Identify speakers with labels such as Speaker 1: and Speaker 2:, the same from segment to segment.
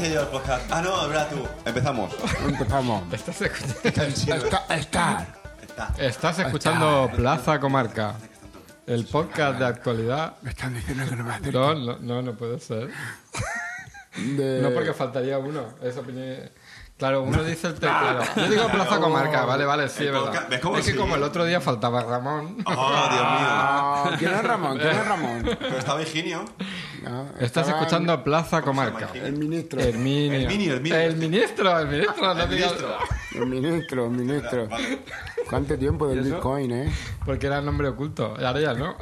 Speaker 1: dije yo el podcast. Ah, no, es verdad tú. Empezamos.
Speaker 2: Empezamos.
Speaker 3: Estás, escu-
Speaker 2: Está, está.
Speaker 1: Está.
Speaker 3: estás
Speaker 1: Ah,
Speaker 3: escuchando Plaza Comarca, el podcast de actualidad.
Speaker 2: Me están diciendo que no me acerque.
Speaker 3: No, no, no, no puede ser.
Speaker 2: De-
Speaker 1: Eh,
Speaker 3: No, porque faltaría uno. Esa opinión- Claro, uno dice el teclado. Yo digo Plaza Comarca, vale, vale,
Speaker 1: Ah. Oh. El
Speaker 3: sí, es verdad.
Speaker 1: podcast- ¿ves cómo
Speaker 3: Es que
Speaker 1: sí?
Speaker 3: como el otro día faltaba Ramón.
Speaker 1: Oh, Dios mío.
Speaker 2: Ah, ¿Quién es Ramón? ¿Quién es Ramón?
Speaker 1: Pero estaba Higinio.
Speaker 2: Ah, estaba
Speaker 3: Estás escuchando Plaza Comarca.
Speaker 2: El ministro.
Speaker 3: El
Speaker 2: El
Speaker 3: mini.
Speaker 1: El mini, el mini.
Speaker 3: El ministro, el ministro. no
Speaker 1: El
Speaker 3: digas-
Speaker 1: ministro.
Speaker 2: ministro, el ministro.
Speaker 1: Vale.
Speaker 2: ¿Cuánto tiempo del Bitcoin, eh?
Speaker 3: Porque era el nombre oculto. Y Ahora ya no.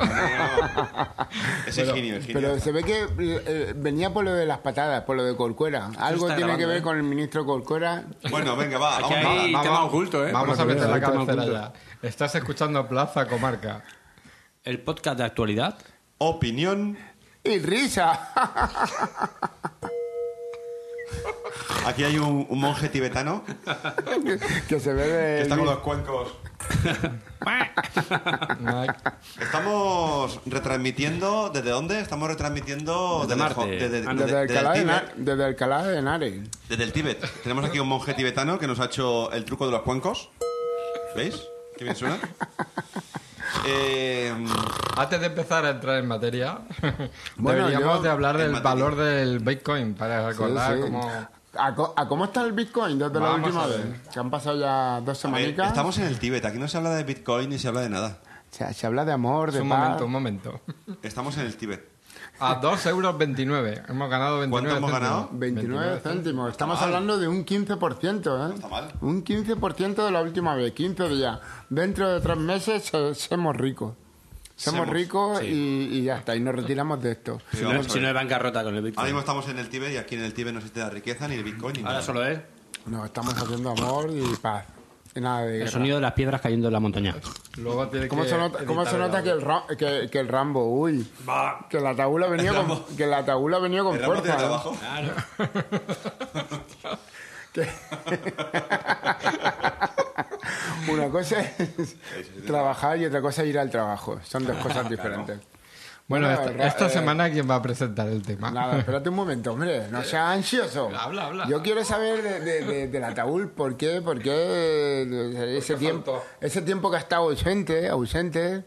Speaker 1: Es Higinio, Higinio.
Speaker 2: Pero se ve que eh, venía por lo de las patadas, por lo de Corcuera. Algo
Speaker 4: está
Speaker 2: tiene que
Speaker 4: grabando,
Speaker 2: ver
Speaker 4: ¿eh?
Speaker 2: con el ministro Corcuera.
Speaker 1: Bueno, venga, va.
Speaker 4: Aquí
Speaker 1: vamos,
Speaker 4: hay
Speaker 1: va,
Speaker 4: tema oculto, ¿eh?
Speaker 3: Vamos a
Speaker 2: Por lo que
Speaker 3: meter
Speaker 2: veo,
Speaker 3: la
Speaker 2: el tema
Speaker 3: cabecera ya.
Speaker 2: oculto.
Speaker 3: Estás escuchando Plaza Comarca.
Speaker 4: El podcast de actualidad.
Speaker 1: Opinión.
Speaker 2: ¡Y risa!
Speaker 1: Aquí hay un, un monje tibetano que
Speaker 2: que se ve de...
Speaker 1: está con los cuencos.
Speaker 3: Mike.
Speaker 1: Estamos retransmitiendo. ¿Desde dónde? Estamos retransmitiendo
Speaker 4: Desde
Speaker 1: el
Speaker 4: Marte.
Speaker 1: jo- desde,
Speaker 2: Desde
Speaker 1: desde-
Speaker 4: Ah,
Speaker 1: desde el
Speaker 2: Alcalá, de
Speaker 1: Tíbet,
Speaker 2: Henar- desde Alcalá de Henares.
Speaker 1: desde el Tíbet. Tenemos aquí un monje tibetano que nos ha hecho el truco de los cuencos. ¿Veis? Qué bien suena. Eh,
Speaker 3: Antes de empezar a entrar en materia,
Speaker 2: Bueno,
Speaker 3: deberíamos
Speaker 2: yo-
Speaker 3: de hablar
Speaker 1: en
Speaker 3: del
Speaker 1: materia.
Speaker 3: valor del Bitcoin para
Speaker 2: Sí,
Speaker 3: recordar
Speaker 2: sí.
Speaker 3: cómo...
Speaker 2: ¿A, co- a cómo está el Bitcoin desde la
Speaker 3: Vamos
Speaker 2: última
Speaker 3: a ver.
Speaker 2: vez? Que han pasado ya dos
Speaker 1: a ver,
Speaker 2: semanicas.
Speaker 1: estamos en el Tíbet. Aquí no se habla de Bitcoin ni se habla de nada.
Speaker 2: se, se habla de amor, de
Speaker 3: Un
Speaker 2: paz.
Speaker 3: momento, un momento.
Speaker 1: Estamos en el Tíbet.
Speaker 3: A 2,29 euros. 29. Hemos ganado 29
Speaker 1: ¿Cuánto hemos
Speaker 3: céntimos.
Speaker 1: ganado?
Speaker 2: 29 céntimos. Estamos
Speaker 1: mal.
Speaker 2: hablando de un 15%, ¿eh?
Speaker 1: está mal.
Speaker 2: Un 15% de la última vez, 15 días. Dentro de tres meses se- somos ricos. Somos,
Speaker 1: Semos,
Speaker 2: ricos y, y ya está, y nos retiramos de esto.
Speaker 1: Sí,
Speaker 4: Si no,
Speaker 1: vamos a
Speaker 4: si no
Speaker 1: ver.
Speaker 4: es bancarrota con el
Speaker 1: Ahora mismo
Speaker 4: Bitcoin.
Speaker 1: estamos en el Tíbet y aquí en el Tíbet no existe la riqueza ni el Bitcoin ni
Speaker 4: Ahora
Speaker 1: nada.
Speaker 4: solo es
Speaker 2: No, estamos haciendo amor y paz. Y nada de
Speaker 4: el
Speaker 2: guerra.
Speaker 4: sonido de las piedras cayendo en la montaña.
Speaker 3: Luego tiene
Speaker 2: ¿Cómo
Speaker 3: que
Speaker 2: se nota, cómo
Speaker 3: editar
Speaker 2: se
Speaker 3: el
Speaker 2: nota que,
Speaker 3: audio.
Speaker 2: el Ra- que, que el Rambo, uy? Que la ataúla venía
Speaker 1: El
Speaker 2: con,
Speaker 1: Rambo.
Speaker 2: que la ataúla venía con
Speaker 1: ¿El Rambo
Speaker 2: fuerza.
Speaker 1: tiene
Speaker 2: ¿eh?
Speaker 1: trabajo?
Speaker 2: Una cosa es trabajar y otra cosa es ir al trabajo. Son dos cosas diferentes.
Speaker 3: Bueno,
Speaker 2: Bueno,
Speaker 3: esta,
Speaker 2: ra-
Speaker 3: esta
Speaker 2: eh,
Speaker 3: semana quién va a presentar el tema.
Speaker 2: Nada, espérate un momento, hombre, no seas ansioso.
Speaker 3: Habla, habla.
Speaker 2: Yo quiero saber de- de- de- del ataúd, ¿por qué? ¿Por qué
Speaker 1: Pues
Speaker 2: eh, ese
Speaker 3: Porque
Speaker 2: tiempo,
Speaker 3: faltó.
Speaker 2: ese tiempo que ha estado ausente, ausente?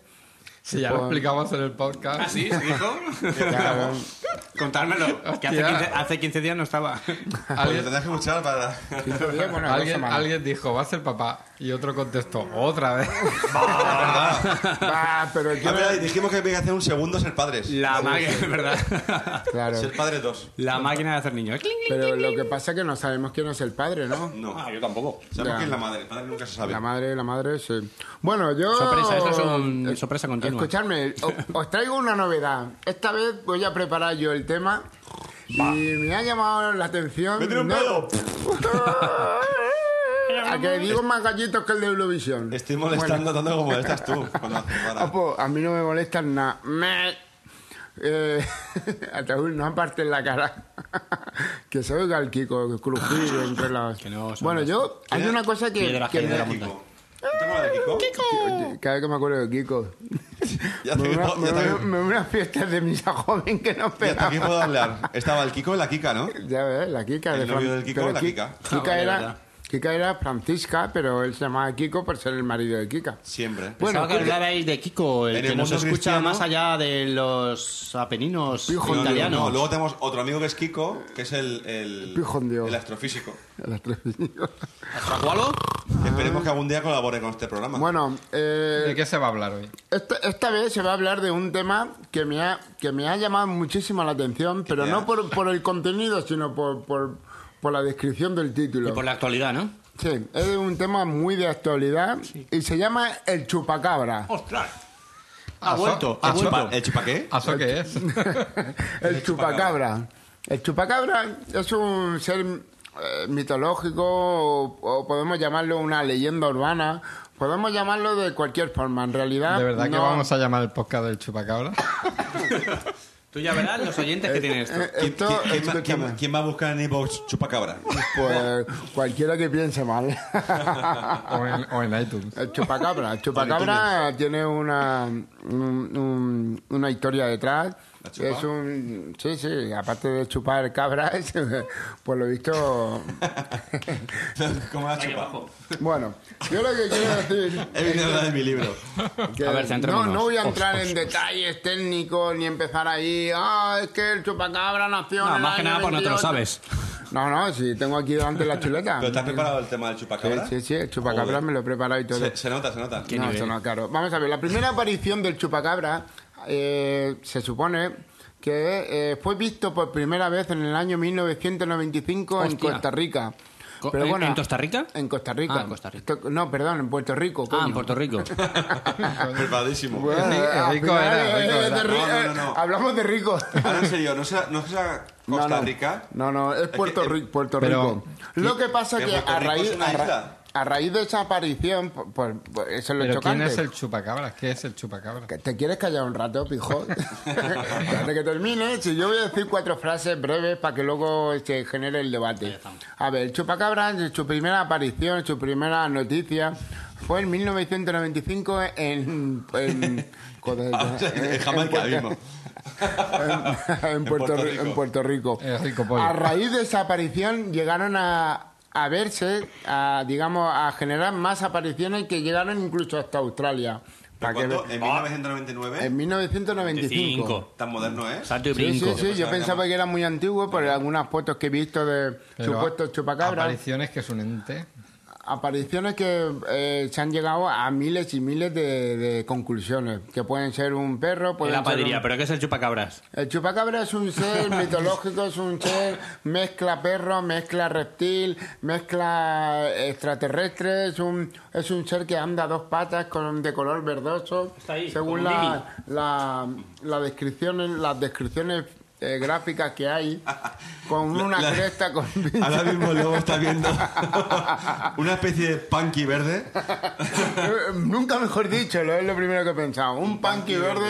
Speaker 3: Si ya lo explicamos en el podcast.
Speaker 4: sí? ¿Se dijo?
Speaker 2: Claro.
Speaker 4: Contármelo. Que hace
Speaker 3: Hostia.
Speaker 4: 15, hace 15 días no estaba.
Speaker 1: Pues lo
Speaker 3: Alguien,
Speaker 1: tendrás que escuchar para...
Speaker 2: Quince días, bueno, dos
Speaker 3: alguien,
Speaker 2: semanas.
Speaker 3: alguien dijo, va a ser papá. Y otro contestó, otra vez.
Speaker 1: La verdad.
Speaker 2: Ah, pero
Speaker 1: A
Speaker 2: quiero-
Speaker 1: ver, dijimos que había que hacer un segundo ser padres.
Speaker 4: La máquina, ¿verdad?
Speaker 2: claro.
Speaker 1: Ser padres dos.
Speaker 4: La máquina de hacer niños.
Speaker 2: Pero lo que pasa es que no sabemos quién es el padre, ¿no?
Speaker 1: No.
Speaker 4: yo tampoco.
Speaker 2: Ya.
Speaker 1: Sabemos que es la madre. El padre nunca se sabe.
Speaker 2: La madre, la madre, sí. Bueno, yo...
Speaker 4: Sorpresa, estas son
Speaker 2: Oh.
Speaker 4: sorpresa continua.
Speaker 2: Escuchadme, o- os traigo una novedad. Esta vez voy a preparar yo el tema y me ha llamado la atención...
Speaker 1: ¡Me tira un
Speaker 2: no-
Speaker 1: pedo!
Speaker 2: A que digo más gallitos que el de Eurovisión.
Speaker 1: Estoy molestando tanto como molestas tú. Cuando haces para.
Speaker 2: Ah, pues, a mí no me molestan nada. Me... Eh, ataúd, no aparte en la cara. que se oiga el Kiko crujir entre las...
Speaker 4: Que no, son
Speaker 2: bueno,
Speaker 4: las-
Speaker 2: yo... Hay una cosa que...
Speaker 4: Piedras
Speaker 2: que
Speaker 1: ¿Quién
Speaker 4: de
Speaker 1: era
Speaker 4: la
Speaker 1: Kiko? ¿Tú tengo la de Kiko?
Speaker 2: Oye, Cada vez que me acuerdo de Kiko.
Speaker 1: Ya
Speaker 2: Me
Speaker 1: te
Speaker 2: una-
Speaker 1: digo,
Speaker 2: me
Speaker 1: ya te
Speaker 2: una-
Speaker 1: digo.
Speaker 2: me una fiesta de misa joven que no
Speaker 1: Y hasta aquí
Speaker 2: esperaba.
Speaker 1: puedo hablar. Estaba el Kiko y la Kika, ¿no?
Speaker 2: Ya ves, la Kika.
Speaker 1: El
Speaker 2: de
Speaker 1: novio
Speaker 2: Fran-
Speaker 1: del Kiko,
Speaker 2: pero
Speaker 1: la
Speaker 2: Ki-
Speaker 1: Kika.
Speaker 2: Kika
Speaker 4: Ah, vale,
Speaker 2: era,
Speaker 4: verdad.
Speaker 2: Kika era Francisca, pero él se llamaba Kiko por ser el marido de Kika.
Speaker 1: Siempre.
Speaker 2: Bueno,
Speaker 4: Pensaba que hablarais de Kiko,
Speaker 1: En
Speaker 4: el
Speaker 1: el
Speaker 4: que nos
Speaker 1: mundo
Speaker 4: escucha
Speaker 1: cristiano-
Speaker 4: más allá de los apeninos
Speaker 2: Pijo,
Speaker 1: No, no, no,
Speaker 4: italianos.
Speaker 1: no. Luego tenemos otro amigo que es Kiko, que es el... El,
Speaker 2: Pijón de Dios.
Speaker 1: el astrofísico.
Speaker 2: a las tres y media.
Speaker 4: ¿Gualo?
Speaker 1: Esperemos que algún día colabore con este programa.
Speaker 2: Bueno, eh,
Speaker 3: ¿De qué se va a hablar hoy?
Speaker 2: Esta, esta vez se va a hablar de un tema que me ha, que me ha llamado muchísimo la atención, pero
Speaker 1: te ha-
Speaker 2: no por, por el contenido, sino por, por, por la descripción del título.
Speaker 4: Y por la actualidad, ¿no?
Speaker 2: Sí, es un tema muy de actualidad y se llama El Chupacabra.
Speaker 4: ¡Ostras!
Speaker 3: Ah,
Speaker 4: Ha
Speaker 3: so-
Speaker 4: vuelto, ha
Speaker 1: ¿El,
Speaker 4: vuelto.
Speaker 1: chupa, eh, ¿El chupa qué?
Speaker 3: ¿Eso qué es?
Speaker 2: el Chupacabra. El Chupacabra es un ser eh, mitológico o, o podemos llamarlo una leyenda urbana. Podemos llamarlo de cualquier forma, en realidad.
Speaker 3: ¿De verdad que
Speaker 2: no-
Speaker 3: vamos a llamar el podcast del chupacabra?
Speaker 4: Tú ya verás los oyentes que tiene esto.
Speaker 2: Eh,
Speaker 1: ¿Quién,
Speaker 2: esto,
Speaker 1: quién- quién va-
Speaker 2: escúchame.
Speaker 1: quién- quién va a buscar en Evox chupacabra?
Speaker 2: Pues cualquiera que piense mal.
Speaker 3: O en, o en iTunes.
Speaker 2: El chupacabra. El chupacabra tiene una, un- un- una historia detrás.
Speaker 1: ¿La chupa?
Speaker 2: Es un. Sí, sí, aparte de chupar cabras, por lo visto.
Speaker 1: ¿Cómo la ha
Speaker 4: Ahí
Speaker 1: chupado?
Speaker 4: abajo.
Speaker 2: Bueno, yo lo que quiero decir.
Speaker 1: He venido a hablar de mi libro.
Speaker 2: que
Speaker 5: A ver, centrémonos.
Speaker 2: no, no voy a
Speaker 5: Os,
Speaker 2: entrar en
Speaker 5: oh.
Speaker 2: detalles técnicos ni empezar ahí. Ah, es que el chupacabra nació. en
Speaker 5: No,
Speaker 2: el
Speaker 5: más que
Speaker 2: año
Speaker 5: nada porque no te lo
Speaker 2: 28".
Speaker 5: sabes.
Speaker 2: No, no, sí, tengo aquí delante la chuleta.
Speaker 1: ¿Pero te has preparado el tema del chupacabra?
Speaker 2: Sí, sí, sí, el chupacabra
Speaker 1: Joder.
Speaker 2: me lo he preparado y todo.
Speaker 1: Se, se nota, se nota.
Speaker 5: ¿Qué
Speaker 2: no,
Speaker 5: nivel?
Speaker 2: esto no, claro. Vamos a ver, la primera aparición del chupacabra eh, se supone que eh, fue visto por primera vez en el año 1995 en
Speaker 5: Hostia.
Speaker 2: Costa Rica.
Speaker 5: Co- ¿en- en Costa Rica?
Speaker 2: En Costa Rica.
Speaker 5: Ah, en Costa Rica.
Speaker 2: Esto- no, perdón, en Puerto Rico.
Speaker 5: Ah, en
Speaker 2: coño.
Speaker 5: Puerto Rico.
Speaker 1: Preparadísimo.
Speaker 2: Bueno,
Speaker 3: Sí,
Speaker 2: al
Speaker 3: rico
Speaker 2: final,
Speaker 3: era,
Speaker 2: eh,
Speaker 3: rico
Speaker 2: eh,
Speaker 3: era.
Speaker 2: de ri-
Speaker 1: No, no, no,
Speaker 2: eh,
Speaker 1: no.
Speaker 2: Hablamos de rico.
Speaker 1: Ahora, en serio, ¿no será, no será
Speaker 2: No,
Speaker 1: Costa
Speaker 2: no.
Speaker 1: Rica?
Speaker 2: No, no, es Puerto,
Speaker 1: que-
Speaker 2: Ri- Puerto
Speaker 3: pero-
Speaker 2: Rico. Lo que pasa
Speaker 1: que
Speaker 2: que
Speaker 1: Puerto
Speaker 2: a
Speaker 1: Rico es
Speaker 2: raíz,
Speaker 1: una
Speaker 2: a, ra-
Speaker 1: isla.
Speaker 2: a raíz de esa aparición, pues, pues, eso es lo
Speaker 3: Pero ¿quién
Speaker 2: chocante.
Speaker 3: es el chupacabra? ¿Qué es el chupacabra?
Speaker 2: ¿Que ¿Te quieres callar un rato, pijo? Hasta que termine, si yo voy a decir cuatro frases breves para que luego se genere el debate. A ver, el Chupacabra, su primera aparición, su primera noticia, fue en 1995 en... en, joder,
Speaker 1: Ah, o sea, en Jamaica
Speaker 2: en-
Speaker 1: mismo.
Speaker 2: en, en Puerto,
Speaker 1: Puerto
Speaker 2: Ri-
Speaker 1: Rico.
Speaker 2: en Puerto Rico.
Speaker 3: El rico pollo.
Speaker 2: A raíz de esa aparición llegaron a, a verse, a, digamos, a generar más apariciones que llegaron incluso hasta Australia.
Speaker 1: ¿Pero
Speaker 2: Para que
Speaker 1: cuánto?
Speaker 2: ve-
Speaker 1: ¿En 1999?
Speaker 2: Ah, en 1995.
Speaker 1: Tan moderno, ¿eh?
Speaker 5: Salto y
Speaker 2: Sí,
Speaker 5: brinco.
Speaker 2: sí, sí, yo pensaba que era muy antiguo por algunas fotos que he visto de
Speaker 3: Pero
Speaker 2: supuestos chupacabras.
Speaker 3: Apariciones que es un ente.
Speaker 2: Apariciones que eh, se han llegado a miles y miles de, de conclusiones, que pueden ser un perro, pueden
Speaker 5: La
Speaker 2: ser un-
Speaker 5: padrilla, pero ¿qué es el chupacabras?
Speaker 2: El chupacabra es un ser mitológico, es un ser mezcla perro, mezcla reptil, mezcla extraterrestre, es un, es un ser que anda a dos patas con, de color verdoso.
Speaker 5: Está ahí,
Speaker 2: según
Speaker 5: como un
Speaker 2: la, la, la descripción, las descripciones eh, gráficas que hay, con
Speaker 1: La-
Speaker 2: una
Speaker 1: la-
Speaker 2: cresta con
Speaker 1: Ahora mismo el lobo está viendo una especie de punky verde.
Speaker 2: Eh, Nunca mejor dicho, lo es lo primero que he pensado. Un, punky, verde,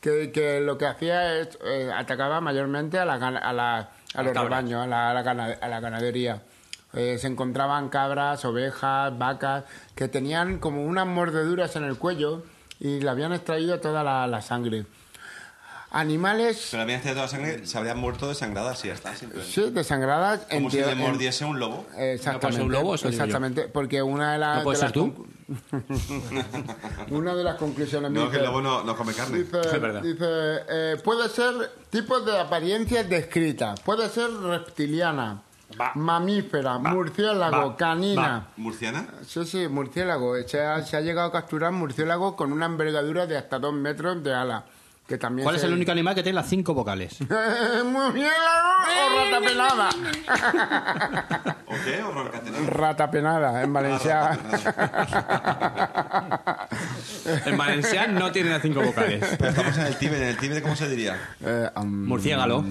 Speaker 2: Que, que lo que hacía es eh, atacaba mayormente a, la, gana- a, la- a los
Speaker 5: cabras.
Speaker 2: rebaños, a la, a la gana- a la ganadería. Eh, se encontraban cabras, ovejas, vacas, que tenían como unas mordeduras en el cuello y le habían extraído toda la, la sangre. Animales,
Speaker 1: Pero la mía está de toda sangre, se habría muerto desangrada si ya está, simplemente.
Speaker 2: sí, desangradas. en
Speaker 1: Como si
Speaker 2: teo-
Speaker 1: le
Speaker 2: en-
Speaker 1: mordiese un lobo.
Speaker 5: ¿No puede
Speaker 2: Exactamente.
Speaker 5: ser un lobo? Eso digo yo.
Speaker 2: exactamente, porque una de las.
Speaker 5: ¿No puede
Speaker 2: de
Speaker 5: ser
Speaker 2: las
Speaker 5: tú?
Speaker 2: concu- Una de las conclusiones
Speaker 1: No, que el
Speaker 2: dice-
Speaker 1: lobo no, no come carne.
Speaker 2: Dice,
Speaker 5: Es verdad.
Speaker 2: dice, eh, puede ser tipos de apariencias descritas. Puede ser reptiliana,
Speaker 5: Va.
Speaker 2: mamífera, murciélago,
Speaker 5: Va.
Speaker 2: canina.
Speaker 1: ¿Murciana?
Speaker 2: Sí, sí, murciélago. Se ha, se ha llegado a capturar murciélago con una envergadura de hasta dos metros de ala. Que también
Speaker 5: ¿Cuál es
Speaker 2: se- "Eh,
Speaker 5: el único animal que tiene las cinco vocales?
Speaker 2: ¡Murciélago o rata pelada!
Speaker 1: ¿O qué? ¿O Ah, roncatenero?
Speaker 2: Rata penada, en Valencia.
Speaker 5: El valenciano no tiene las cinco vocales.
Speaker 1: Pero estamos en el Tíbet, en el Tíbet, ¿cómo se diría?
Speaker 2: Eh, um,
Speaker 5: Murciégalo.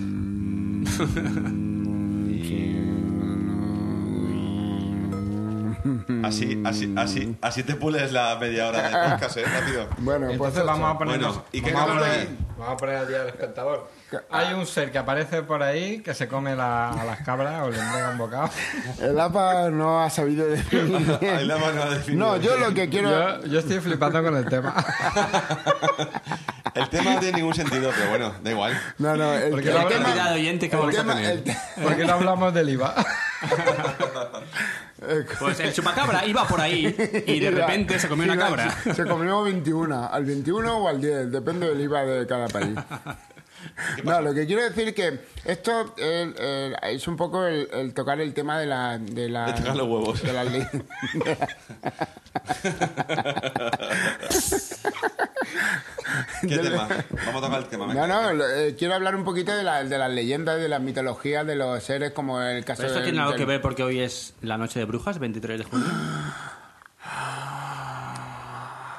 Speaker 2: Mm.
Speaker 1: Así, así, así, así te pules la media hora de podcast, ¿eh? Rápido.
Speaker 2: bueno, pues
Speaker 3: Entonces vamos a poner.
Speaker 1: Bueno, ¿y qué
Speaker 3: vamos, a
Speaker 1: acabamos de
Speaker 3: poner vamos a poner al día del espectador. Hay un ser que aparece por ahí que se come la- a las cabras o le entrega un bocado.
Speaker 2: el APA no ha sabido definir.
Speaker 1: Ahí la mano ha definido.
Speaker 2: No, yo lo que quiero.
Speaker 3: Yo, yo estoy flipando con el tema.
Speaker 1: El tema no tiene ningún sentido, pero bueno, da igual.
Speaker 2: No, no, el,
Speaker 3: Porque
Speaker 2: el
Speaker 3: la
Speaker 2: tema-
Speaker 5: cantidad de oyentes que
Speaker 2: el
Speaker 5: vamos a
Speaker 2: tema-
Speaker 5: tener.
Speaker 2: el te-
Speaker 3: ¿Por qué no hablamos del IVA?
Speaker 5: Pues el chupacabra iba por ahí y de
Speaker 2: Mira,
Speaker 5: repente se comió una
Speaker 2: mira,
Speaker 5: cabra.
Speaker 2: Se se comió 21, al 21 o al 10, depende del IVA de cada país. No, lo que quiero decir que esto eh, eh, es un poco el, el tocar el tema de la... De, la,
Speaker 1: De tocar los huevos.
Speaker 2: De la ley.
Speaker 1: ¿Qué tema? Vamos a tocar el tema.
Speaker 2: No, no, lo- eh, quiero hablar un poquito de, la- de las leyendas, de las mitologías, de los seres como el caso
Speaker 5: Pero esto
Speaker 2: del-
Speaker 5: tiene algo
Speaker 2: del-
Speaker 5: que ver porque hoy es la noche de brujas, 23 de junio.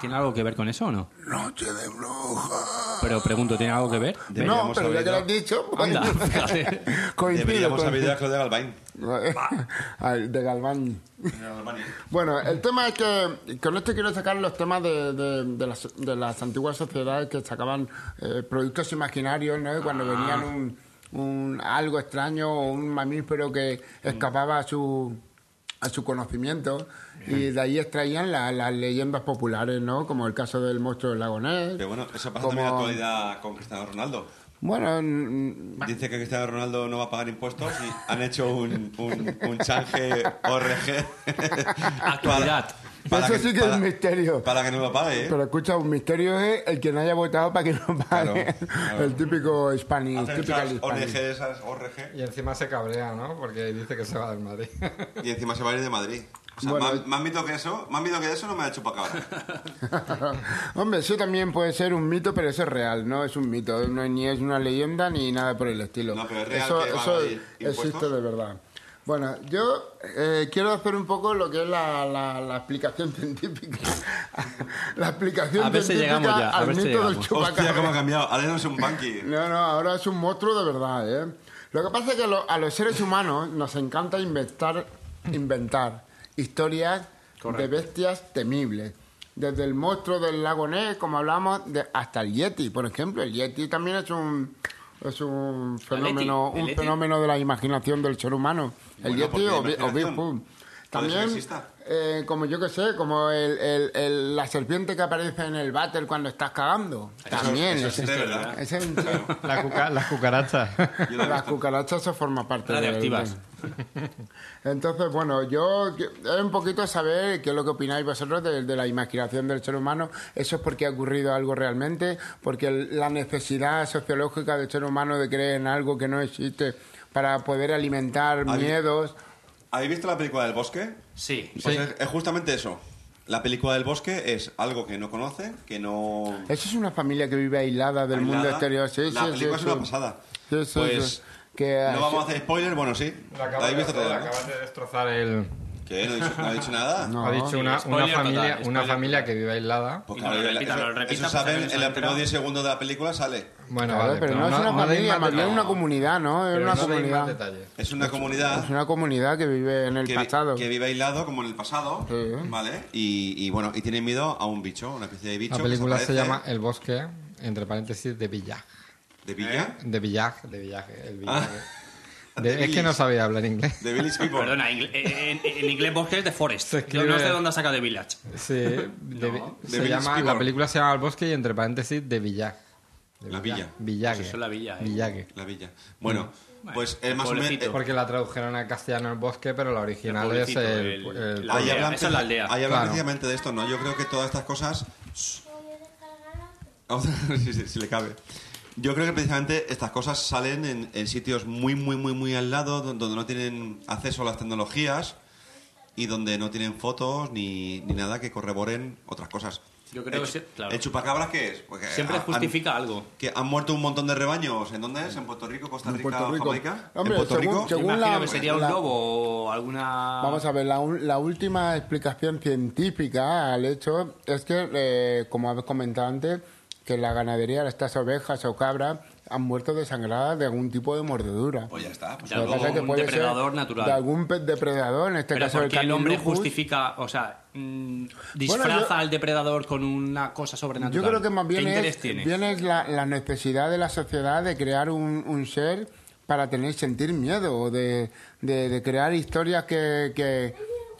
Speaker 5: ¿Tiene algo que ver con eso o no?
Speaker 2: Noche de brujas.
Speaker 5: Pero pregunto, ¿tiene algo que ver?
Speaker 2: No, pero ya que lo has dicho, pues,
Speaker 5: Anda, fíjate.
Speaker 2: coincido
Speaker 1: Deberíamos
Speaker 2: con-
Speaker 1: haber ido a Claudia Galvain.
Speaker 2: Al- de Galván.
Speaker 1: En Alemania.
Speaker 2: Bueno, el tema es que con esto quiero sacar los temas de, de- de las, de las antiguas sociedades que sacaban eh, productos imaginarios, ¿no? Cuando
Speaker 1: Ah.
Speaker 2: venían un, un- algo extraño o un mamífero que
Speaker 1: Mm.
Speaker 2: escapaba a su, a su conocimiento y de ahí extraían la- las leyendas populares, ¿no? Como el caso del monstruo del lagonés.
Speaker 1: Pero bueno, eso pasa
Speaker 2: Como-
Speaker 1: también en la actualidad con Cristiano Ronaldo.
Speaker 2: Bueno, mm,
Speaker 1: Dice que Cristiano Ronaldo no va a pagar impuestos y han hecho un, un, un change ORG.
Speaker 4: Actualidad.
Speaker 1: Para
Speaker 2: eso sí que es un misterio.
Speaker 1: Para que no lo pague, ¿eh?
Speaker 2: pero escucha, un misterio es el que no haya votado para que no pague.
Speaker 1: Claro, claro.
Speaker 2: El típico Spanish.
Speaker 1: Hacen
Speaker 2: typical
Speaker 1: esas ONG
Speaker 2: Spanish.
Speaker 1: de esas ORG
Speaker 3: Y encima se cabrea, ¿no? Porque dice que se va del Madrid.
Speaker 1: y encima se va a ir de Madrid. O sea,
Speaker 2: Bueno, eh.
Speaker 1: más, más mito que eso, más mito que eso no me ha hecho para acabar.
Speaker 2: Hombre, eso también puede ser un mito, pero eso es real, no es un mito, no, es- ni es una leyenda ni nada por el estilo.
Speaker 1: No, pero es real
Speaker 2: eso
Speaker 1: que van
Speaker 2: eso
Speaker 1: a ir
Speaker 2: existe
Speaker 1: impuestos.
Speaker 2: de verdad. Bueno, yo eh, quiero hacer un poco lo que es la, la, la explicación científica. la explicación
Speaker 5: A ver si
Speaker 2: científica
Speaker 5: llegamos ya, a
Speaker 2: al
Speaker 5: ver si
Speaker 2: mito del
Speaker 5: llegamos.
Speaker 2: chupacabra.
Speaker 1: Hostia, cómo ha cambiado. Ahora no es un banqui.
Speaker 2: No, no, ahora es un monstruo de verdad, ¿eh? Lo que pasa es que lo- a los seres humanos nos encanta inventar, inventar historias de bestias temibles. Desde el monstruo del lago Ness, como hablamos, de- hasta el Yeti, por ejemplo. El Yeti también es un, es un fenómeno,
Speaker 4: Yeti, el
Speaker 2: un
Speaker 4: Yeti.
Speaker 2: fenómeno de la imaginación del ser humano. El
Speaker 1: Bueno,
Speaker 2: Yeti
Speaker 1: porque
Speaker 2: o, Bi- o
Speaker 1: imaginación.
Speaker 2: Big Boom.
Speaker 1: Puede ser
Speaker 2: También,
Speaker 1: que exista.
Speaker 2: eh, como yo que sé, como el- el- el- la serpiente que aparece en el váter cuando estás cagando.
Speaker 1: Eso-
Speaker 2: también.
Speaker 1: eso existe,
Speaker 2: ese-
Speaker 1: ¿verdad?
Speaker 2: ese es un-
Speaker 3: La cuca- las cucarachas.
Speaker 1: Yo lo he
Speaker 2: las
Speaker 1: visto.
Speaker 2: cucarachas se forma parte de
Speaker 5: Radioactivas.
Speaker 2: Entonces, bueno, yo que- es un poquito saber qué es lo que opináis vosotros de, de la imaginación del ser humano. Eso es porque ha ocurrido algo realmente, porque el- la necesidad sociológica del ser humano de creer en algo que no existe para poder alimentar
Speaker 1: Ahí-
Speaker 2: miedos.
Speaker 1: ¿Habéis visto la película del bosque?
Speaker 4: Sí.
Speaker 1: Pues es, es justamente eso. La película del bosque es algo que no conoce, que no...
Speaker 2: Eso es una familia que vive aislada del
Speaker 1: Aislada.
Speaker 2: mundo exterior. Sí,
Speaker 1: La
Speaker 2: sí,
Speaker 1: película
Speaker 2: sí,
Speaker 1: es una
Speaker 2: sí.
Speaker 1: pasada.
Speaker 2: Sí, sí,
Speaker 1: pues
Speaker 2: sí. Que,
Speaker 1: no vamos a hacer spoilers, bueno, sí.
Speaker 3: Le
Speaker 1: La
Speaker 3: acabas
Speaker 1: habéis
Speaker 3: de,
Speaker 1: visto
Speaker 3: le
Speaker 1: toda, ¿no?
Speaker 3: acabas de destrozar el...
Speaker 1: ¿Qué? ¿No he dicho, no he dicho nada?
Speaker 2: No.
Speaker 3: Ha dicho una,
Speaker 4: Sí,
Speaker 3: una
Speaker 4: spoiler
Speaker 3: familia,
Speaker 4: total,
Speaker 3: una
Speaker 4: spoiler
Speaker 3: familia que vive aislada.
Speaker 1: Pues
Speaker 4: Y no lo
Speaker 1: claro,
Speaker 4: repita,
Speaker 1: eso-
Speaker 4: no lo repita,
Speaker 1: Eso
Speaker 4: pues,
Speaker 1: saben,
Speaker 4: a ver,
Speaker 1: en los
Speaker 4: eso
Speaker 1: primeros
Speaker 4: entra.
Speaker 1: 10 segundos de la película sale.
Speaker 3: Bueno,
Speaker 2: Claro,
Speaker 3: vale,
Speaker 2: pero, no, es una
Speaker 3: deis
Speaker 2: familia,
Speaker 3: más
Speaker 2: más bien
Speaker 3: detalles.
Speaker 2: una comunidad, ¿no? Es
Speaker 3: Pero
Speaker 2: una
Speaker 3: no deis más
Speaker 2: comunidad.
Speaker 3: detalles.
Speaker 1: Es una comunidad
Speaker 2: Es una comunidad que vive en el
Speaker 1: que, vi-
Speaker 2: pasado.
Speaker 1: que vive aislado como en el pasado,
Speaker 2: Sí.
Speaker 1: ¿vale? Y, y, bueno, y tiene miedo a un bicho, una especie de bicho.
Speaker 3: La
Speaker 1: que
Speaker 3: película se
Speaker 1: aparece
Speaker 3: llama El bosque, entre paréntesis, de Village.
Speaker 1: De
Speaker 4: ¿Eh?
Speaker 1: Villa.
Speaker 3: De Village, de Village. El
Speaker 1: Ah.
Speaker 3: Village.
Speaker 1: De
Speaker 3: De- es que
Speaker 1: Village.
Speaker 3: no sabía hablar inglés.
Speaker 1: De Village People.
Speaker 4: Perdona, ingl- en, en- en inglés bosque es de forest.
Speaker 3: Se
Speaker 4: Yo
Speaker 3: escribe-
Speaker 4: no sé dónde ha sacado de village.
Speaker 3: Sí, de- se
Speaker 1: Village
Speaker 3: llama,
Speaker 1: People.
Speaker 3: la película se llama El bosque y entre paréntesis, de Village. De
Speaker 1: La villa.
Speaker 3: Village.
Speaker 4: Pues eso es la villa, ¿eh?
Speaker 3: Village.
Speaker 1: La Villa. Bueno, pues es
Speaker 4: el
Speaker 1: más o menos.
Speaker 4: pueblecito.
Speaker 1: eh,
Speaker 3: Porque la tradujeron al castellano el bosque, pero la original
Speaker 4: El
Speaker 3: es
Speaker 4: pueblecito,
Speaker 3: el,
Speaker 4: el-
Speaker 3: el-
Speaker 4: la
Speaker 1: ahí
Speaker 4: aldea,
Speaker 1: hablan,
Speaker 4: esa es la aldea.
Speaker 1: ahí hablan
Speaker 3: Claro.
Speaker 1: precisamente de esto, ¿no? Yo creo que todas estas cosas. Vamos a ver si, si- si le cabe. Yo creo que precisamente estas cosas salen en, en sitios muy, muy, muy, muy al lado, don- donde no tienen acceso a las tecnologías y donde no tienen fotos ni, ni nada que corroboren otras cosas.
Speaker 4: Yo creo
Speaker 1: El
Speaker 4: que
Speaker 1: chu-
Speaker 4: sí, claro.
Speaker 1: ¿El chupacabras qué es? Porque
Speaker 4: Siempre
Speaker 3: Ah,
Speaker 1: han-
Speaker 4: justifica algo.
Speaker 1: Que han muerto un montón de rebaños. ¿En dónde es? ¿En Puerto Rico, Costa
Speaker 2: En
Speaker 1: Rica,
Speaker 2: Puerto Rico.
Speaker 1: Jamaica?
Speaker 2: Hombre,
Speaker 1: ¿En Puerto
Speaker 2: según-
Speaker 1: Rico?
Speaker 2: según-
Speaker 4: Imagino
Speaker 2: la-
Speaker 4: que sería
Speaker 2: la-
Speaker 4: un lobo o alguna.
Speaker 2: Vamos a ver, la, un- la última explicación científica al hecho es que, eh, como habéis comentado antes, que la ganadería de estas ovejas o cabras han muerto desangradas de algún tipo de mordedura.
Speaker 1: Pues ya está. pues
Speaker 4: Ya
Speaker 1: ya
Speaker 2: Lo que
Speaker 1: luego-
Speaker 2: pasa es que
Speaker 4: un
Speaker 2: puede ser
Speaker 4: depredador natural.
Speaker 2: De algún pe- depredador, en este
Speaker 4: Pero
Speaker 2: caso
Speaker 4: ¿por
Speaker 2: el
Speaker 4: qué el hombre
Speaker 2: Canis lupus.
Speaker 4: justifica, o sea, mm, disfraza
Speaker 2: yo-
Speaker 4: al depredador con una cosa
Speaker 2: Yo
Speaker 4: sobrenatural?
Speaker 2: creo que más bien
Speaker 4: ¿Qué interés
Speaker 2: es,
Speaker 4: tiene?
Speaker 2: bien es la, la necesidad de la sociedad de crear un, un ser para tener sentir miedo o de, de- de crear historias que, que,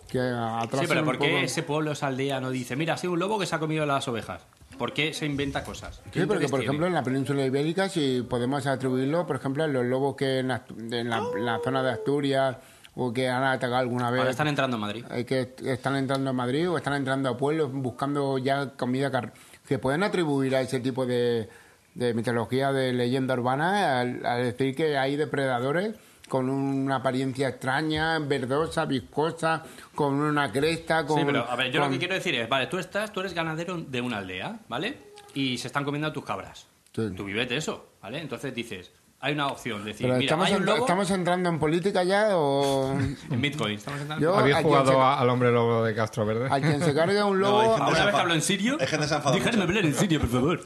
Speaker 2: que atrasen
Speaker 4: Sí, pero
Speaker 2: un
Speaker 4: ¿por qué
Speaker 2: poco.
Speaker 4: ese pueblo, esa aldea, no dice, mira, ha sido un lobo que se ha comido las ovejas? ¿Por qué se inventa cosas?
Speaker 2: Sí, porque
Speaker 4: ¿Qué interés
Speaker 2: por
Speaker 4: tiene?
Speaker 2: ejemplo en la península ibérica, si podemos atribuirlo, por ejemplo, a los lobos que en, Astu- en la, en la zona de Asturias o que han atacado alguna vez,
Speaker 4: Ahora están entrando en Madrid.
Speaker 2: eh, que est- están entrando a Madrid o están entrando a pueblos buscando ya comida car- que pueden atribuir a ese tipo de, de mitología, de leyenda urbana, al, al decir que hay depredadores con una apariencia extraña, verdosa, viscosa, con una cresta, con...
Speaker 4: Sí, pero a ver, yo
Speaker 2: con-
Speaker 4: lo que quiero decir es, vale, tú estás, tú eres ganadero de una aldea, ¿vale? Y se están comiendo tus cabras.
Speaker 2: Sí.
Speaker 4: Tú vivete eso, ¿vale? Entonces dices, hay una opción, decir,
Speaker 2: Pero
Speaker 4: mira,
Speaker 2: estamos,
Speaker 4: hay un
Speaker 2: en-
Speaker 4: lobo
Speaker 2: estamos entrando en política ya o...
Speaker 4: en Bitcoin. Estamos entrando-
Speaker 2: Yo-
Speaker 3: ¿Habéis
Speaker 2: ¿a quién
Speaker 3: jugado
Speaker 2: se-
Speaker 3: a- al hombre lobo de Castro Verde?
Speaker 2: A quien se cargue un
Speaker 1: No, hay
Speaker 2: lobo,
Speaker 1: gente-
Speaker 4: ¿Alguna vez
Speaker 1: desenfa-
Speaker 4: que hablo en sirio?
Speaker 1: Hay gente desenfadada
Speaker 4: Déjame
Speaker 1: mucho.
Speaker 4: hablar en sirio, por favor.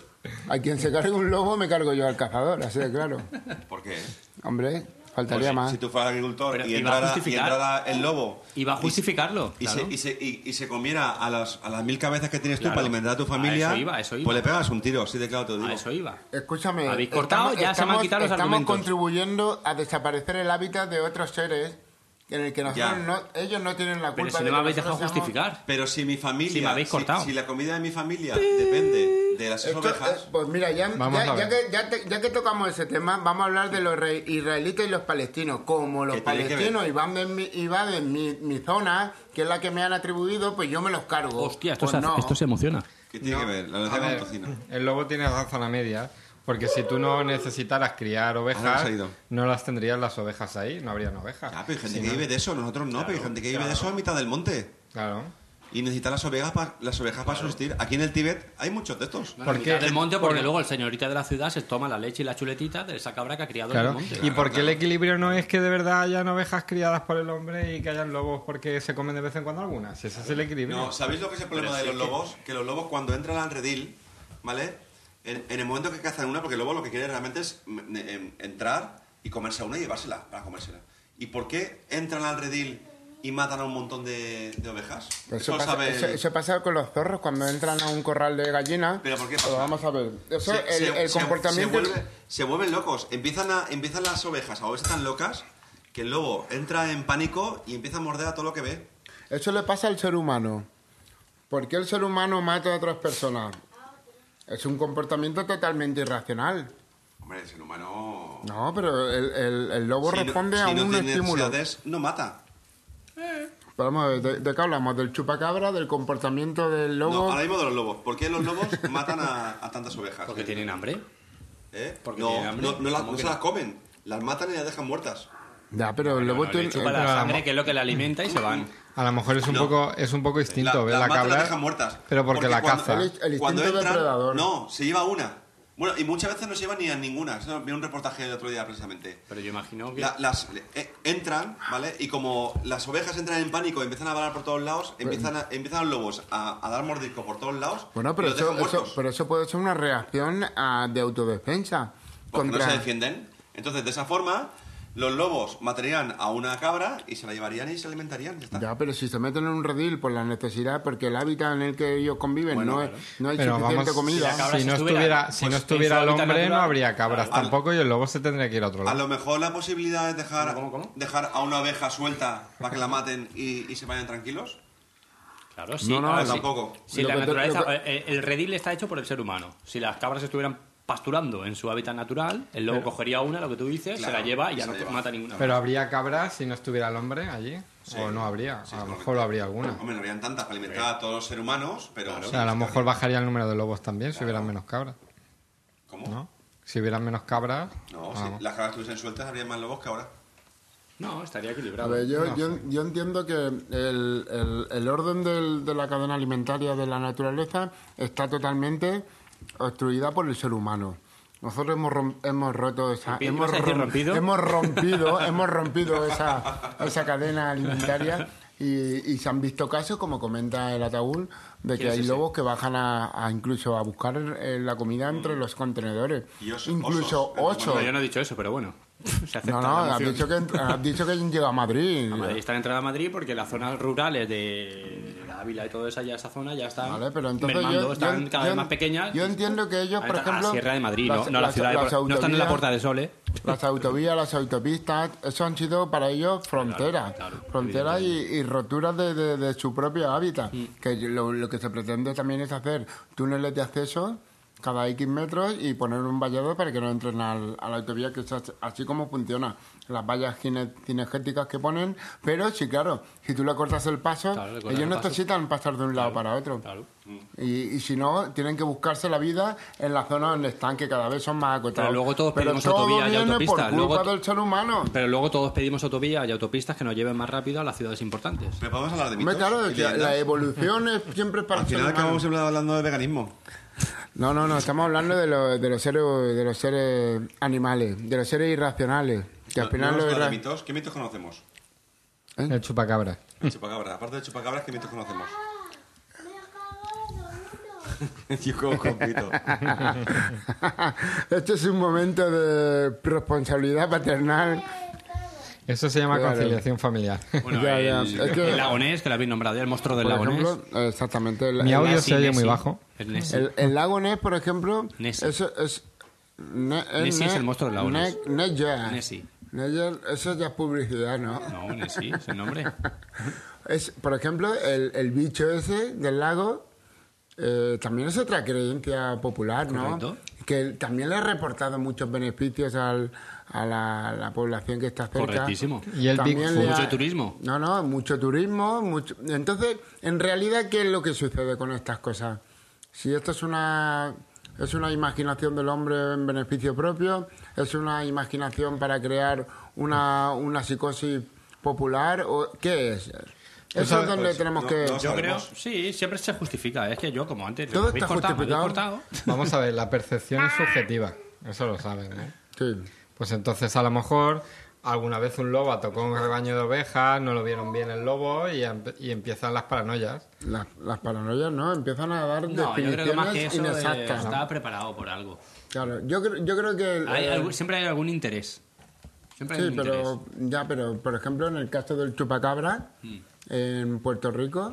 Speaker 2: a quien se cargue un lobo me cargo yo al cazador, así de claro.
Speaker 1: ¿Por qué? Pues
Speaker 2: Hombre,
Speaker 4: Pues
Speaker 2: faltaría
Speaker 1: Si
Speaker 2: más.
Speaker 1: tú fueras agricultor
Speaker 4: Pero
Speaker 1: y
Speaker 4: iba a
Speaker 1: entrara, y
Speaker 4: justificar.
Speaker 1: entrara el lobo
Speaker 4: Y va a justificarlo.
Speaker 1: y,
Speaker 4: claro.
Speaker 1: se, y, se, y- y se comiera a las, a las mil cabezas que tienes tú
Speaker 4: Claro.
Speaker 1: para alimentar a tu
Speaker 4: A
Speaker 1: familia,
Speaker 4: eso iba, a eso iba.
Speaker 1: pues le pegas un tiro, así de claro te lo digo.
Speaker 4: A eso iba.
Speaker 2: Escúchame.
Speaker 4: Habéis cortado, ya se me han quitado los
Speaker 2: estamos
Speaker 4: argumentos.
Speaker 2: contribuyendo a desaparecer el hábitat de otros seres en el que nosotros
Speaker 1: Ya.
Speaker 2: no, ellos no tienen la culpa.
Speaker 4: Pero si
Speaker 2: de
Speaker 4: no
Speaker 2: que
Speaker 4: me habéis dejado
Speaker 2: nosotros seamos-
Speaker 4: justificar.
Speaker 1: Pero si mi familia,
Speaker 4: Si me habéis cortado.
Speaker 1: si la comida de mi familia depende de las
Speaker 2: Esto, eh,
Speaker 1: ovejas.
Speaker 2: pues mira, ya,
Speaker 3: Vamos
Speaker 2: ya- ya
Speaker 3: a ver.
Speaker 2: que, ya te- ya que tocamos ese tema, vamos a hablar de los re- israelitas y los palestinos. Como los
Speaker 1: ¿Qué tiene que
Speaker 2: palestinos
Speaker 1: ver?
Speaker 2: iban de mi, iban de mi, mi zona, que es la que me han atribuido, pues yo me los cargo.
Speaker 4: Hostia, esto,
Speaker 2: Pues
Speaker 4: se,
Speaker 2: no.
Speaker 4: esto se emociona.
Speaker 1: ¿Qué tiene
Speaker 3: No.
Speaker 1: que ver? La
Speaker 3: A
Speaker 1: lacera
Speaker 3: ver,
Speaker 1: con tocino.
Speaker 3: El lobo tiene razón a media, porque si tú no necesitaras criar
Speaker 1: Ahora
Speaker 3: ovejas,
Speaker 1: Ah, se ha ido.
Speaker 3: no las tendrías las ovejas ahí, no habrían ovejas.
Speaker 1: Ah, pero hay gente
Speaker 3: Si
Speaker 1: que
Speaker 3: no-
Speaker 1: vive de eso, nosotros no, pero hay gente que vive de eso a mitad del monte.
Speaker 3: Claro.
Speaker 1: Y necesita las ovejas, pa- las ovejas para subsistir. Aquí en el Tíbet hay muchos de estos.
Speaker 3: ¿Por
Speaker 4: Porque
Speaker 3: qué?
Speaker 4: del monte, porque
Speaker 3: Por-
Speaker 4: luego el señorita de la ciudad se toma la leche y la chuletita de esa cabra que ha criado
Speaker 3: Claro.
Speaker 4: en el monte.
Speaker 3: ¿Y por qué el equilibrio no es que de verdad hayan ovejas criadas por el hombre y que hayan lobos porque se comen de vez en cuando algunas? Si ese es el equilibrio.
Speaker 1: No, ¿sabéis lo que es el problema de los lobos? Que los lobos cuando entran al redil, ¿vale? En, en el momento que cazan una, porque el lobo lo que quiere realmente es mm, em, entrar y comerse a una y llevársela para comérsela. ¿Y por qué entran al redil y matan a un montón de, de ovejas?
Speaker 2: Eso
Speaker 1: lo
Speaker 2: pasa,
Speaker 1: sabe
Speaker 2: eso-
Speaker 1: el-
Speaker 2: eso pasa con los zorros cuando entran a un corral de gallinas.
Speaker 1: ¿Pero por qué
Speaker 2: Pero
Speaker 1: pasa?
Speaker 2: vamos a ver. Eso,
Speaker 1: Se-
Speaker 2: el,
Speaker 1: se-
Speaker 2: el
Speaker 1: se-
Speaker 2: comportamiento.
Speaker 1: Se, vuelve- se vuelven locos. Empiezan, a, empiezan las ovejas a volverse tan locas que el lobo entra en pánico y empieza a morder a todo lo que ve.
Speaker 2: Eso le pasa al ser humano. ¿Por qué el ser humano mata a otras personas? Es un comportamiento totalmente irracional.
Speaker 1: Hombre, el ser humano...
Speaker 2: No, pero el, el- el lobo
Speaker 1: Si no-
Speaker 2: responde
Speaker 1: si
Speaker 2: a
Speaker 1: no
Speaker 2: un
Speaker 1: tiene
Speaker 2: estímulo.
Speaker 1: necesidades, no mata.
Speaker 2: Pero vamos a ver, ¿de, de qué hablamos? ¿Del chupacabra? ¿Del comportamiento del
Speaker 1: No,
Speaker 2: lobo?
Speaker 1: ahora mismo de los lobos. ¿Por qué los lobos matan a, a tantas ovejas?
Speaker 4: Porque tienen hambre.
Speaker 1: ¿Eh?
Speaker 4: porque
Speaker 1: no,
Speaker 4: tienen hambre.
Speaker 1: no, no las-
Speaker 4: ¿Cómo
Speaker 1: no
Speaker 4: que
Speaker 1: se
Speaker 4: no?
Speaker 1: las comen. Las matan y las dejan muertas.
Speaker 2: ya, pero el lobo
Speaker 4: Bueno, le
Speaker 2: tiene...
Speaker 4: chupa
Speaker 2: eh,
Speaker 4: la
Speaker 3: pero a la
Speaker 4: sangre,
Speaker 3: mo-
Speaker 4: que es lo que le alimenta, y se van.
Speaker 3: A lo mejor es un
Speaker 1: No.
Speaker 3: poco es un poco
Speaker 1: La-
Speaker 3: distinto ver
Speaker 1: las
Speaker 3: la
Speaker 1: matan y
Speaker 3: cabra.
Speaker 1: las dejan muertas.
Speaker 3: Pero porque, la
Speaker 1: cuando-
Speaker 3: caza.
Speaker 2: El- el
Speaker 1: cuando
Speaker 2: instinto
Speaker 1: entran,
Speaker 2: depredador.
Speaker 1: No, se lleva una. Bueno, y muchas veces no se lleva ni a ninguna. Eso vi un reportaje el otro día precisamente.
Speaker 4: Pero yo imagino que.
Speaker 1: La- las eh, entran, ¿vale? Y como las ovejas entran en pánico, empiezan a varar por todos lados, empiezan, a- empiezan los lobos a, a dar mordisco por todos lados.
Speaker 2: Bueno, pero
Speaker 1: y los dejan
Speaker 2: eso, eso-
Speaker 1: muertos.
Speaker 2: pero eso puede ser una reacción ah, de autodefensa.
Speaker 1: porque
Speaker 2: Contra...
Speaker 1: no se defienden. Entonces, de esa forma, los lobos matarían a una cabra y se la llevarían y se alimentarían. Ya está.
Speaker 2: Ya, pero si se meten en un redil por la necesidad, porque el hábitat en el que ellos conviven
Speaker 1: Bueno,
Speaker 2: no, es- no hay
Speaker 3: Pero
Speaker 2: suficiente
Speaker 3: vamos,
Speaker 2: comida.
Speaker 4: la cabra
Speaker 3: si
Speaker 4: si
Speaker 3: no
Speaker 4: estuviera-
Speaker 3: estuviera, si
Speaker 4: pues,
Speaker 3: no
Speaker 4: en su
Speaker 3: estuviera el
Speaker 4: hábitat
Speaker 3: hombre no
Speaker 4: natural,
Speaker 3: habría cabras
Speaker 4: claro.
Speaker 3: tampoco y el lobo se tendría que ir a otro
Speaker 1: A
Speaker 3: lado.
Speaker 1: lo mejor la posibilidad es dejar,
Speaker 4: ¿Cómo, cómo?
Speaker 1: dejar a una oveja suelta para que la maten y, y se vayan tranquilos.
Speaker 4: Claro, sí.
Speaker 2: No, no,
Speaker 4: ahora sí.
Speaker 1: tampoco.
Speaker 4: Si
Speaker 2: Lo
Speaker 4: la
Speaker 2: que-
Speaker 4: naturaleza,
Speaker 2: lo que-
Speaker 4: eh, el redil está hecho por el ser humano. Si las cabras estuvieran pasturando en su hábitat natural, el lobo cogería una, lo que tú dices,
Speaker 1: Claro,
Speaker 4: se la lleva y
Speaker 1: y
Speaker 4: ya
Speaker 1: se
Speaker 4: no
Speaker 1: la lleva.
Speaker 4: mata ninguna.
Speaker 3: Pero habría cabras si no estuviera el hombre allí o no habría. a lo
Speaker 1: correcto.
Speaker 3: mejor habría alguna.
Speaker 1: Hombre, no habrían tantas para alimentar a todos los seres humanos, pero...
Speaker 3: O
Speaker 1: sí,
Speaker 3: sea, a lo
Speaker 1: sí,
Speaker 3: mejor bajaría el número de lobos también si hubieran menos cabras,
Speaker 1: ¿Cómo?
Speaker 3: ¿no? Si hubieran menos cabras,
Speaker 1: No,
Speaker 3: ah,
Speaker 1: si las cabras estuviesen sueltas habría más lobos que ahora.
Speaker 4: no, estaría
Speaker 2: A
Speaker 4: equilibrado.
Speaker 2: ver, yo, yo, yo entiendo que el, el- el orden del- de la cadena alimentaria de la naturaleza está totalmente obstruida por el ser humano. Nosotros hemos, rom- hemos roto esa...
Speaker 4: ¿Rompido?
Speaker 2: hemos,
Speaker 4: ¿Vas a decir rompido?
Speaker 2: hemos rompido, hemos rompido esa, esa cadena alimentaria y, y se han visto casos, como comenta el ataúd, de que
Speaker 4: ¿Quién es
Speaker 2: hay
Speaker 4: ese?
Speaker 2: lobos que bajan a, a incluso a buscar eh, la comida entre
Speaker 4: Mm.
Speaker 2: los contenedores.
Speaker 1: Y os-
Speaker 2: incluso
Speaker 1: osos, pero
Speaker 2: osos.
Speaker 4: No, yo no he dicho eso, pero bueno. Se acepta
Speaker 2: No, no,
Speaker 4: la
Speaker 2: has
Speaker 4: moción.
Speaker 2: dicho, que, has dicho que llega a Madrid.
Speaker 4: A Madrid están entrando a Madrid porque las zonas rurales de Ávila y toda esa, ya esa zona ya están
Speaker 2: Vale, pero entonces
Speaker 4: mermando,
Speaker 2: yo- yo-
Speaker 4: están cada
Speaker 2: yo-
Speaker 4: vez más pequeñas.
Speaker 2: yo entiendo que ellos,
Speaker 4: A
Speaker 2: por
Speaker 4: la- a
Speaker 2: ejemplo,
Speaker 4: la Sierra de Madrid,
Speaker 2: las-
Speaker 4: no, no a la
Speaker 2: las-
Speaker 4: ciudad de
Speaker 2: las
Speaker 4: Por- No están en la
Speaker 2: autovías-
Speaker 4: Puerta de Sol, ¿eh?
Speaker 2: Las autovías, las autopistas, eso han sido para ellos fronteras.
Speaker 4: Claro, claro,
Speaker 2: fronteras y, y roturas de, de- de su propio hábitat. Que lo, lo que se pretende también es hacer túneles de acceso cada X metros y poner un vallado para que no entren al- a la autovía, que es as- así como funciona. Las vallas cine- cinegéticas que ponen, pero sí, claro, si tú le cortas el paso,
Speaker 4: Claro, le cortas
Speaker 2: ellos
Speaker 4: el paso.
Speaker 2: necesitan pasar de un lado para otro.
Speaker 4: Claro.
Speaker 2: Y, y si no, tienen que buscarse la vida en las zonas donde están, que cada vez son más acotados.
Speaker 4: Pero luego todos pedimos
Speaker 2: todo
Speaker 4: autovía y
Speaker 2: viene
Speaker 4: autopista,
Speaker 2: Por culpa
Speaker 4: luego-
Speaker 2: del ser humano.
Speaker 4: Pero luego todos pedimos autovías y autopistas que nos lleven más rápido a las ciudades importantes.
Speaker 1: Pero podemos hablar de mitos.
Speaker 2: Hombre, claro,
Speaker 1: y
Speaker 2: es que
Speaker 1: leyendas.
Speaker 2: la evolución es siempre es para
Speaker 1: Al
Speaker 2: el ser
Speaker 1: final
Speaker 2: humano.
Speaker 1: acabamos hablando de veganismo.
Speaker 2: No, no, no, estamos hablando de, lo- de los seres, de los seres animales, de los seres irracionales. Que al
Speaker 1: No-
Speaker 2: final
Speaker 1: no
Speaker 2: lo
Speaker 1: hemos hablado
Speaker 2: irra-
Speaker 1: de mitos. ¿Qué mitos conocemos?
Speaker 3: el chupacabra.
Speaker 1: El chupacabra. Aparte de chupacabras, ¿qué mitos conocemos? Yo como con pito.
Speaker 2: Este es un momento de responsabilidad paternal.
Speaker 3: Eso se llama
Speaker 2: Claro.
Speaker 3: conciliación familiar.
Speaker 4: Bueno,
Speaker 2: Ya,
Speaker 4: el,
Speaker 2: ya, es que-
Speaker 4: el lagonés, que lo habéis nombrado ya, el monstruo del
Speaker 2: Por
Speaker 4: lagonés.
Speaker 2: ejemplo, exactamente. el-
Speaker 3: Mi
Speaker 2: el-
Speaker 3: audio
Speaker 4: Nessie,
Speaker 3: se oye muy
Speaker 4: Nessie.
Speaker 3: bajo.
Speaker 4: El Nessie.
Speaker 2: El, el lago Ness, por ejemplo,
Speaker 4: Nessie.
Speaker 2: eso es... Ne-
Speaker 4: Nessie es el monstruo del lago Ness.
Speaker 2: Ne- Neyer.
Speaker 4: Nessie.
Speaker 2: Neyer, eso ya es publicidad, ¿no?
Speaker 4: No, Nessie, es el nombre.
Speaker 2: Es, por ejemplo, el, el bicho ese del lago eh, también es otra creencia popular, ¿no?
Speaker 4: Correcto.
Speaker 2: Que también le ha reportado muchos beneficios al- a la, la población que está cerca.
Speaker 4: Correctísimo.
Speaker 3: Y el Big
Speaker 2: le
Speaker 4: Food. Mucho turismo.
Speaker 2: No, no, mucho turismo. Mucho... Entonces, en realidad, ¿qué es lo que sucede con estas cosas? Si esto es una, es una imaginación del hombre en beneficio propio, es una imaginación para crear una, una psicosis popular, o ¿qué es? Eso es
Speaker 3: sabes,
Speaker 2: donde
Speaker 1: pues,
Speaker 2: tenemos
Speaker 1: no-
Speaker 2: que...
Speaker 1: no
Speaker 4: Yo creo,
Speaker 1: sabemos.
Speaker 4: sí, siempre se justifica. Es que yo, como antes,
Speaker 2: Todo
Speaker 4: me habéis
Speaker 2: está
Speaker 4: cortado, me habéis
Speaker 2: justificado.
Speaker 4: cortado.
Speaker 3: Vamos a ver, la percepción es subjetiva. Eso lo saben, ¿no?
Speaker 2: Sí.
Speaker 3: Pues entonces a lo mejor alguna vez un lobo atacó un rebaño de ovejas, no lo vieron bien el lobo y, em- y empiezan las paranoias.
Speaker 2: Las, las paranoias no empiezan a dar
Speaker 4: No, yo creo que más que
Speaker 2: definiciones
Speaker 4: eso eh,
Speaker 2: inexactas.
Speaker 4: estaba preparado por algo.
Speaker 2: Claro, yo, creo- yo creo que...
Speaker 4: Hay
Speaker 2: eh,
Speaker 4: algún- siempre hay algún interés. Siempre hay
Speaker 2: Sí,
Speaker 4: un interés. Hmm.
Speaker 2: pero ya, pero por ejemplo en el caso del chupacabra en Puerto Rico,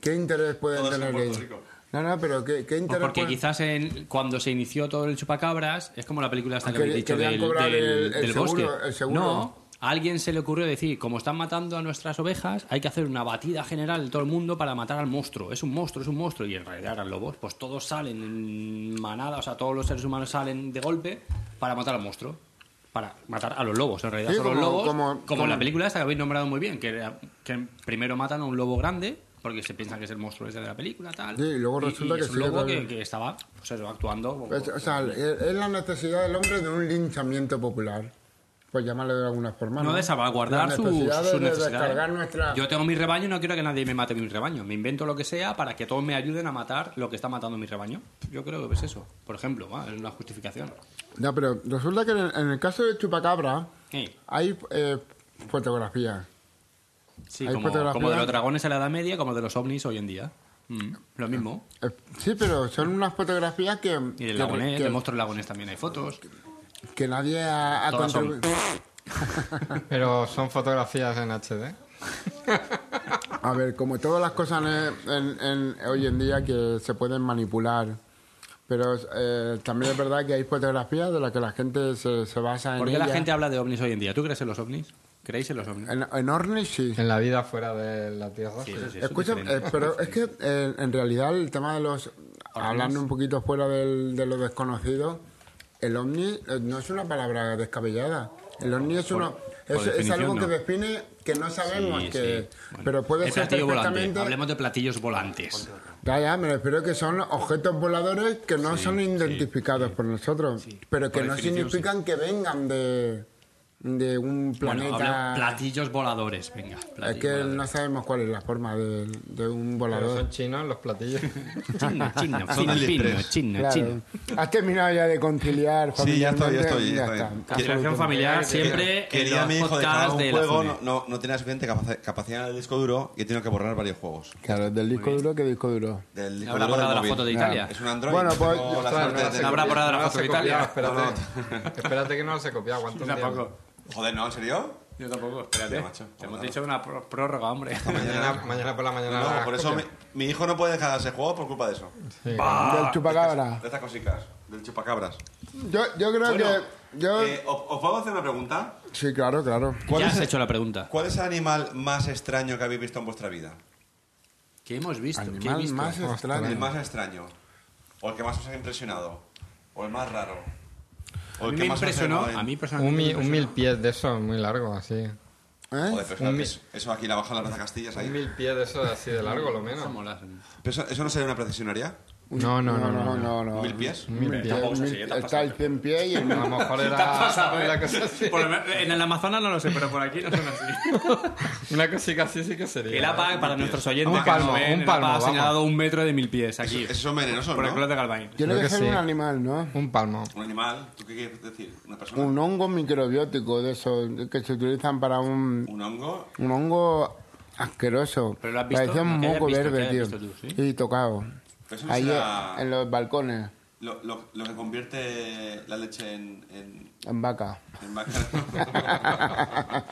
Speaker 2: ¿qué interés pueden
Speaker 1: Todos en
Speaker 2: tener
Speaker 1: Puerto
Speaker 2: ellos?
Speaker 1: Rico.
Speaker 2: No, no, pero ¿qué, qué
Speaker 4: Pues
Speaker 2: interés?
Speaker 4: porque
Speaker 2: pueden-
Speaker 4: quizás en- cuando se inició todo el chupacabras, es como la película esta
Speaker 2: Ah,
Speaker 4: que
Speaker 2: Que-
Speaker 4: habéis dicho
Speaker 2: querían
Speaker 4: del,
Speaker 2: cobrar
Speaker 4: del-
Speaker 2: el- el
Speaker 4: del
Speaker 2: seguro,
Speaker 4: bosque.
Speaker 2: el seguro.
Speaker 4: No, a alguien se le ocurrió decir, como están matando a nuestras ovejas, hay que hacer una batida general de todo el mundo para matar al monstruo. Es un monstruo, es un monstruo. Y en realidad eran lobos. Pues todos salen en manada, o sea, todos los seres humanos salen de golpe para matar al monstruo. Para matar a los lobos, en realidad
Speaker 2: Sí,
Speaker 4: son los
Speaker 2: como-
Speaker 4: lobos.
Speaker 2: como-
Speaker 4: Como,
Speaker 2: como-
Speaker 4: en la película esta que habéis nombrado muy bien, que, era- que primero matan a un lobo grande, porque se piensa que es el monstruo ese de la película, tal.
Speaker 2: Sí, y luego resulta que
Speaker 4: es un
Speaker 2: sigue
Speaker 4: lobo que,
Speaker 2: todavía.
Speaker 4: que estaba pues eso, actuando. como-
Speaker 2: Es- o sea, es es la necesidad del hombre de un linchamiento popular. Pues llamarlo de alguna forma.
Speaker 4: no de salvaguardar
Speaker 2: La
Speaker 4: sus
Speaker 2: necesidad de-
Speaker 4: sus
Speaker 2: de
Speaker 4: necesidades.
Speaker 2: descargar nuestra-
Speaker 4: Yo tengo mi rebaño y no quiero que nadie me mate mi rebaño. Me invento lo que sea para que todos me ayuden a matar lo que está matando mi rebaño. Yo creo que es eso. Por ejemplo, ah, es una justificación.
Speaker 2: No, pero resulta que en el, en el caso del chupacabra
Speaker 4: Sí,
Speaker 2: hay eh, fotografías.
Speaker 4: sí,
Speaker 2: Hay
Speaker 4: como,
Speaker 2: fotografías.
Speaker 4: como de los dragones en la Edad Media, como de los ovnis hoy en día. Mm, lo mismo.
Speaker 2: Eh, Sí, pero son unas fotografías que,
Speaker 4: Y del
Speaker 2: que-
Speaker 4: lagonés,
Speaker 2: que-
Speaker 4: del monstruo del lagonés también hay fotos.
Speaker 2: que nadie ha, ha
Speaker 4: Todas son-
Speaker 2: contribu-
Speaker 3: Pero son fotografías en HD.
Speaker 2: A ver, como todas las cosas en- en- en- hoy en día que se pueden manipular, pero eh, también es verdad que hay fotografías de las que la gente se, se basa en
Speaker 4: ¿Por qué la
Speaker 2: ellas.
Speaker 4: gente habla de ovnis hoy en día? ¿Tú crees en los ovnis? ¿Creéis en los ovnis?
Speaker 2: En, en ovnis sí.
Speaker 3: En la vida fuera de la Tierra.
Speaker 4: Sí, eso sí, eso es
Speaker 2: Escucha,
Speaker 4: diferente.
Speaker 2: eh, pero es que eh, en realidad el tema de los... Hablando un poquito fuera del- de lo desconocido, el ovni eh, no es una palabra descabellada. El ovni es, una,
Speaker 4: por
Speaker 2: es, es
Speaker 4: definición,
Speaker 2: algo que
Speaker 4: no.
Speaker 2: define que no sabemos
Speaker 4: Sí,
Speaker 2: que...
Speaker 4: sí. Bueno,
Speaker 2: Pero puede
Speaker 4: el
Speaker 2: ser
Speaker 4: platillo
Speaker 2: perfectamente...
Speaker 4: volante. Hablemos de platillos volantes.
Speaker 2: Ya, ya, me refiero que son objetos voladores que no son identificados por nosotros, pero que
Speaker 4: Por
Speaker 2: no
Speaker 4: definición,
Speaker 2: significan que vengan de, de un
Speaker 4: Bueno, hablo-
Speaker 2: planeta.
Speaker 4: platillos voladores, venga.
Speaker 2: es
Speaker 4: platillos
Speaker 2: que
Speaker 4: voladores.
Speaker 2: no sabemos cuál es la forma de, de un
Speaker 3: Pero
Speaker 2: volador.
Speaker 3: son chinos los platillos.
Speaker 4: Chino, chino,
Speaker 1: Son
Speaker 4: chino,
Speaker 1: del
Speaker 4: chino,
Speaker 1: estrés.
Speaker 4: chino,
Speaker 2: Claro.
Speaker 4: chino.
Speaker 2: Has terminado ya de conciliar
Speaker 1: Sí, ya estoy,
Speaker 2: familiarmente?
Speaker 1: ya estoy. ya
Speaker 2: Ya
Speaker 1: estoy.
Speaker 2: está.
Speaker 1: Que-
Speaker 4: Asociación familiar siempre en
Speaker 1: Quería a
Speaker 4: los
Speaker 1: mi hijo dejar
Speaker 4: podcasts
Speaker 1: un
Speaker 4: de la
Speaker 1: juego,
Speaker 4: zona.
Speaker 1: no, no, no tenía suficiente capaci- capacidad en el disco duro y he tenido que borrar varios juegos.
Speaker 2: Claro, del disco duro, ¿qué disco duro?
Speaker 1: Del disco
Speaker 4: Habrá
Speaker 1: duro del
Speaker 4: borrado la
Speaker 1: móvil.
Speaker 4: foto de Italia.
Speaker 1: Es un Android.
Speaker 2: Bueno,
Speaker 1: no
Speaker 2: pues-
Speaker 1: tengo la
Speaker 2: Claro,
Speaker 1: suerte de
Speaker 4: no
Speaker 1: tener-
Speaker 4: habrá borrado la
Speaker 3: no
Speaker 4: foto
Speaker 3: se
Speaker 4: de Italia.
Speaker 3: copiaba, Espérate. espérate que no los he copiado. ¿Cuánto tiempo?
Speaker 1: Joder, ¿no? ¿En serio?
Speaker 4: Yo tampoco, espérate.
Speaker 1: Sí, macho.
Speaker 4: Te ¿Eh? hemos dicho una pro- prórroga, hombre.
Speaker 3: Mañana, mañana por la mañana.
Speaker 1: No,
Speaker 3: las
Speaker 1: por eso mi,
Speaker 3: copias.
Speaker 1: mi hijo no puede dejar ese juego por culpa de eso.
Speaker 3: Sí.
Speaker 4: Ah,
Speaker 2: del chupacabra.
Speaker 1: De estas cositas, del chupacabras.
Speaker 2: Yo, yo creo
Speaker 1: Bueno,
Speaker 2: que. Yo,
Speaker 1: eh, ¿os, os puedo hacer una pregunta?
Speaker 2: sí, claro, claro.
Speaker 1: ¿Cuál
Speaker 4: Ya
Speaker 1: es,
Speaker 4: has hecho la pregunta.
Speaker 1: cuál es el animal más extraño que habéis visto en vuestra vida?
Speaker 4: ¿Qué hemos visto? ¿Qué he
Speaker 2: Animal
Speaker 4: visto?
Speaker 2: más
Speaker 1: El
Speaker 2: extraño.
Speaker 1: más extraño. O el que más os ha impresionado. O el más raro. O
Speaker 4: A
Speaker 1: el
Speaker 4: mí
Speaker 1: que
Speaker 4: me
Speaker 1: más os ha
Speaker 4: impresionó,
Speaker 1: llamado en-
Speaker 4: a mí
Speaker 3: Un,
Speaker 4: personalmente
Speaker 3: mi-
Speaker 4: me
Speaker 3: un mil
Speaker 4: impresionó.
Speaker 3: pies de esos muy largo, así.
Speaker 2: ¿Eh?
Speaker 1: Joder, pero
Speaker 3: Un
Speaker 1: claro,
Speaker 3: mi-
Speaker 1: eso, eso aquí la baja la raza Castillas
Speaker 3: Un
Speaker 1: ahí.
Speaker 3: mil pies de esos así de largo, lo
Speaker 4: Eso
Speaker 3: menos.
Speaker 4: mola.
Speaker 1: Pero eso, ¿eso no sería una procesionaria?
Speaker 3: No, no, no, no. no.
Speaker 2: no.
Speaker 1: ¿Mil pies?
Speaker 2: Mil pies,
Speaker 4: Tampoco,
Speaker 2: mil-
Speaker 4: sí, te has
Speaker 2: está el 100 pies y el
Speaker 3: A lo mejor era una cosa así.
Speaker 4: eh? Por lo menos en el Amazonas no lo sé, pero por aquí no son así.
Speaker 3: Una cosita así sí que sería.
Speaker 4: El APA, para nuestros oyentes,
Speaker 3: Un
Speaker 4: que no
Speaker 3: palmo,
Speaker 4: ven,
Speaker 3: un
Speaker 4: el APA
Speaker 3: palmo,
Speaker 4: ha
Speaker 3: vamos.
Speaker 4: señalado un metro de mil pies aquí.
Speaker 1: Esos son venenosos,
Speaker 4: Por el
Speaker 1: ¿no?
Speaker 4: culo de Galvain.
Speaker 2: Tiene
Speaker 3: Creo
Speaker 2: que,
Speaker 3: que
Speaker 2: ser
Speaker 3: sí.
Speaker 2: un animal, ¿no?
Speaker 3: Un palmo.
Speaker 1: Un animal. ¿Tú qué quieres decir? ¿Una persona?
Speaker 2: Un hongo microbiótico de esos que se utilizan para un,
Speaker 1: ¿Un hongo?
Speaker 2: un hongo asqueroso.
Speaker 4: ¿Pero lo has visto?
Speaker 2: Parecía un
Speaker 4: ¿Que hayas
Speaker 2: moco
Speaker 4: visto?
Speaker 2: verde,
Speaker 4: ¿Que
Speaker 2: tío.
Speaker 4: hayas visto tú, sí?
Speaker 2: Y tocado.
Speaker 1: Pero eso no
Speaker 2: Ahí eh,
Speaker 1: será-
Speaker 2: en los balcones,
Speaker 1: Lo, lo- lo que convierte la leche en, en,
Speaker 2: en vaca.
Speaker 1: en vaca.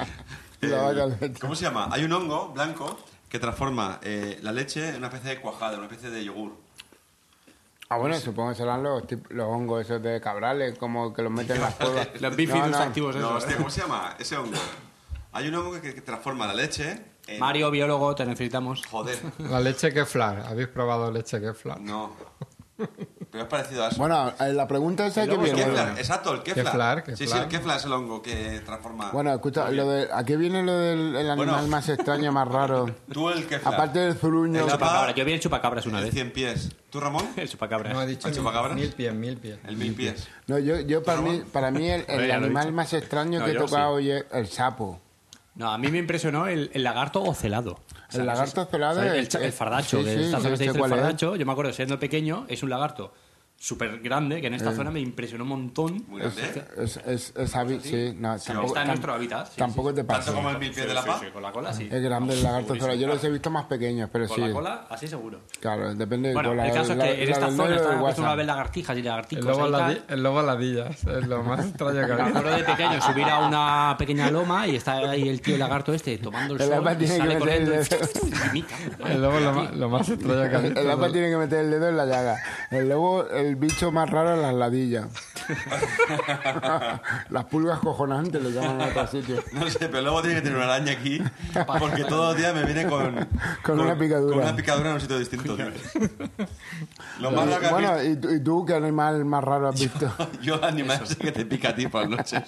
Speaker 2: La vaca leche.
Speaker 1: Eh, ¿Cómo se llama? Hay un hongo blanco que transforma eh, la leche en una especie de cuajada, una especie de yogur.
Speaker 2: Ah, bueno, supongo que serán los, tip- los hongos esos de cabrales, como que los meten en las cuevas.
Speaker 4: Los bífidos
Speaker 2: No, no.
Speaker 4: activos,
Speaker 1: No,
Speaker 4: esos.
Speaker 1: hostia, ¿cómo se llama ese hongo? Hay un hongo que, que transforma la leche El-
Speaker 4: Mario, biólogo, te necesitamos.
Speaker 1: Joder,
Speaker 3: La leche Keflar. ¿Habéis probado leche Keflar?
Speaker 1: no. Pero es parecido a eso.
Speaker 2: Bueno, eh, la pregunta esa que
Speaker 4: lobo
Speaker 1: El
Speaker 2: viene.
Speaker 1: Kevlar, exacto, el Kevlar.
Speaker 3: Kevlar,
Speaker 1: Sí, sí,
Speaker 3: Kevlar.
Speaker 1: el Kevlar es el hongo que transforma.
Speaker 2: Bueno, escucha, lo de, ¿a qué viene lo del el animal
Speaker 1: Bueno.
Speaker 2: más extraño, más raro?
Speaker 1: Tú el Kevlar.
Speaker 2: Aparte del zuruño.
Speaker 1: El apa-
Speaker 4: Chupacabra. Yo vi el chupacabras una
Speaker 1: el
Speaker 4: vez.
Speaker 1: 100 pies. ¿Tú, Ramón?
Speaker 4: El chupacabras.
Speaker 3: No he dicho
Speaker 1: ¿El chupacabras?
Speaker 3: mil, mil pies, mil pies.
Speaker 1: El mil pies.
Speaker 2: No, yo, yo para mí, para mí el, el
Speaker 4: Joder, ya lo he
Speaker 2: animal
Speaker 4: dicho.
Speaker 2: más extraño
Speaker 4: No,
Speaker 2: que he
Speaker 4: yo sí.
Speaker 2: tocado hoy es el sapo.
Speaker 4: No, a mí me impresionó el, el lagarto ocelado.
Speaker 2: El lagarto ocelado
Speaker 4: ¿sabes? El,
Speaker 2: es-
Speaker 4: cha- el
Speaker 2: es-
Speaker 4: fardacho.
Speaker 2: sí,
Speaker 4: que
Speaker 2: sí,
Speaker 4: esta
Speaker 2: yo
Speaker 4: zona se
Speaker 2: sé
Speaker 4: dice el
Speaker 2: cuál es.
Speaker 4: fardacho. Yo me acuerdo, siendo pequeño, es un lagarto súper grande que en
Speaker 2: Eh.
Speaker 4: esta zona me impresionó un montón.
Speaker 1: Muy grande, ¿eh?
Speaker 2: Es, es, es habi- sí, no, tampoco,
Speaker 4: Está
Speaker 2: tam-
Speaker 4: en nuestro hábitat. sí,
Speaker 2: tampoco te
Speaker 1: Tanto
Speaker 2: pasa.
Speaker 1: como el mil pies de la
Speaker 4: sí,
Speaker 1: paz.
Speaker 4: sí, con la cola, sí.
Speaker 2: Es grande el lagarto ocelado. Yo los he visto más pequeños, pero
Speaker 4: Con
Speaker 2: sí.
Speaker 4: la cola, así seguro.
Speaker 2: Claro, depende de
Speaker 4: Bueno,
Speaker 2: cola.
Speaker 4: el caso es
Speaker 2: La-
Speaker 4: que en
Speaker 2: la del
Speaker 4: esta zona
Speaker 2: negro del
Speaker 4: estaba acostumbrado
Speaker 2: WhatsApp.
Speaker 4: a ver lagartijas y
Speaker 3: El
Speaker 4: lagartijos.
Speaker 3: lobo,
Speaker 4: ahí, tal.
Speaker 3: ladi- el lobo ladillas. Es lo más extraño que
Speaker 4: Me acuerdo
Speaker 3: había.
Speaker 4: de pequeño subir a una pequeña loma y está ahí el tío lagarto este tomando el,
Speaker 2: El
Speaker 4: sol
Speaker 2: apa
Speaker 4: y
Speaker 2: tiene que
Speaker 4: sale
Speaker 2: meter
Speaker 4: corriendo.
Speaker 2: el
Speaker 4: y- Mi cago en la
Speaker 3: El
Speaker 4: madre.
Speaker 3: lobo lo, ma- lo más extraño que había.
Speaker 2: El apa tiene que meter el dedo en la llaga. El lobo, el bicho más raro es las ladillas. las pulgas cojonantes lo llaman en otros sitios.
Speaker 1: No sé, pero luego tiene que tener una araña aquí. Porque todos los días me viene con.
Speaker 2: una picadura.
Speaker 1: Con una picadura en un sitio distinto, tío. Lo más raro que has
Speaker 2: Bueno, ¿y tú, y tú qué animal más raro has visto?
Speaker 1: visto- Yo animal sé que te pica a ti por las noches.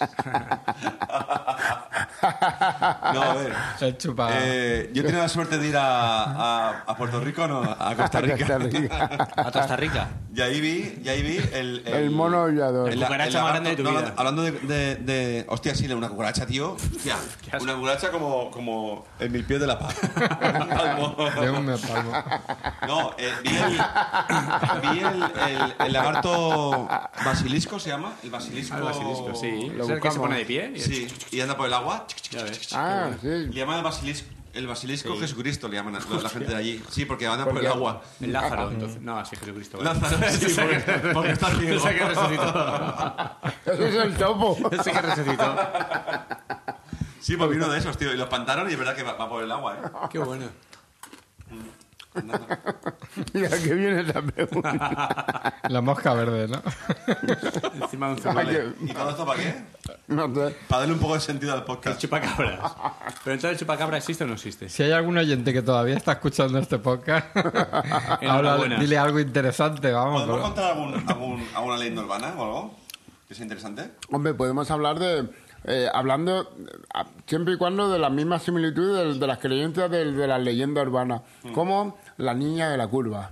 Speaker 1: No, a ver.
Speaker 3: El chupa.
Speaker 1: Eh, yo he tenido la suerte de ir a, a- a Puerto Rico, no, a Costa Rica.
Speaker 2: Costa Rica.
Speaker 4: A Costa Rica.
Speaker 1: Y ahí vi, y ahí vi el...
Speaker 2: El mono aullador.
Speaker 4: El cucaracha
Speaker 1: lagarto-
Speaker 4: más grande de tu
Speaker 1: no,
Speaker 4: vida.
Speaker 1: Hablando de, de, de- Hostia, sí, una cucaracha, tío. Hostia,
Speaker 4: asco.
Speaker 1: una cucaracha como, como en mil pies de la paz. Palmo.
Speaker 3: Yo me palmo.
Speaker 1: no, eh, vi, el, vi el, el- el lagarto basilisco, ¿se llama? El basilisco...
Speaker 4: Al basilisco, sí.
Speaker 2: Lo
Speaker 4: es el que se
Speaker 2: buscamos.
Speaker 4: pone de pie. y-
Speaker 1: Sí, y anda por el agua.
Speaker 4: Ya ves.
Speaker 2: Ah,
Speaker 1: Le
Speaker 2: sí.
Speaker 1: llaman el basilisco, el basilisco Jesucristo, le llaman a la, la gente de allí. Sí, porque anda por el
Speaker 2: Porque-
Speaker 1: agua.
Speaker 4: El Lázaro, entonces. No, así Jesucristo. vale.
Speaker 1: Lázaro, sí, porque, porque está ciego.
Speaker 4: Ese que resucitó.
Speaker 2: Ese es el topo.
Speaker 4: Ese que resucitó.
Speaker 1: Sí, pues vi uno de esos, tío. Y los espantaron y es verdad que va, va por el agua,
Speaker 4: Qué bueno.
Speaker 1: ¿eh? Nada.
Speaker 2: Mira, que viene la pregunta.
Speaker 3: La mosca verde, ¿no?
Speaker 4: Encima de un
Speaker 2: Ah,
Speaker 4: zurullo.
Speaker 2: que-
Speaker 1: ¿Y todo esto para qué?
Speaker 2: no sé.
Speaker 1: Para darle un poco de sentido al
Speaker 4: El
Speaker 1: podcast.
Speaker 4: chupacabras. Pero entonces el chupacabra existe o no existe.
Speaker 3: Si hay algún oyente que todavía está escuchando este podcast, ahora
Speaker 4: Enhorabuena.
Speaker 3: dile algo interesante, vamos.
Speaker 1: ¿Podemos
Speaker 3: pero-
Speaker 1: contar algún, algún, alguna leyenda urbana o algo? Que sea interesante.
Speaker 2: Hombre, podemos hablar de. eh, hablando eh, a- siempre y cuando de las mismas similitudes de, de las creencias del- de, las leyendas urbanas,
Speaker 4: Mm.
Speaker 2: como la niña de la curva.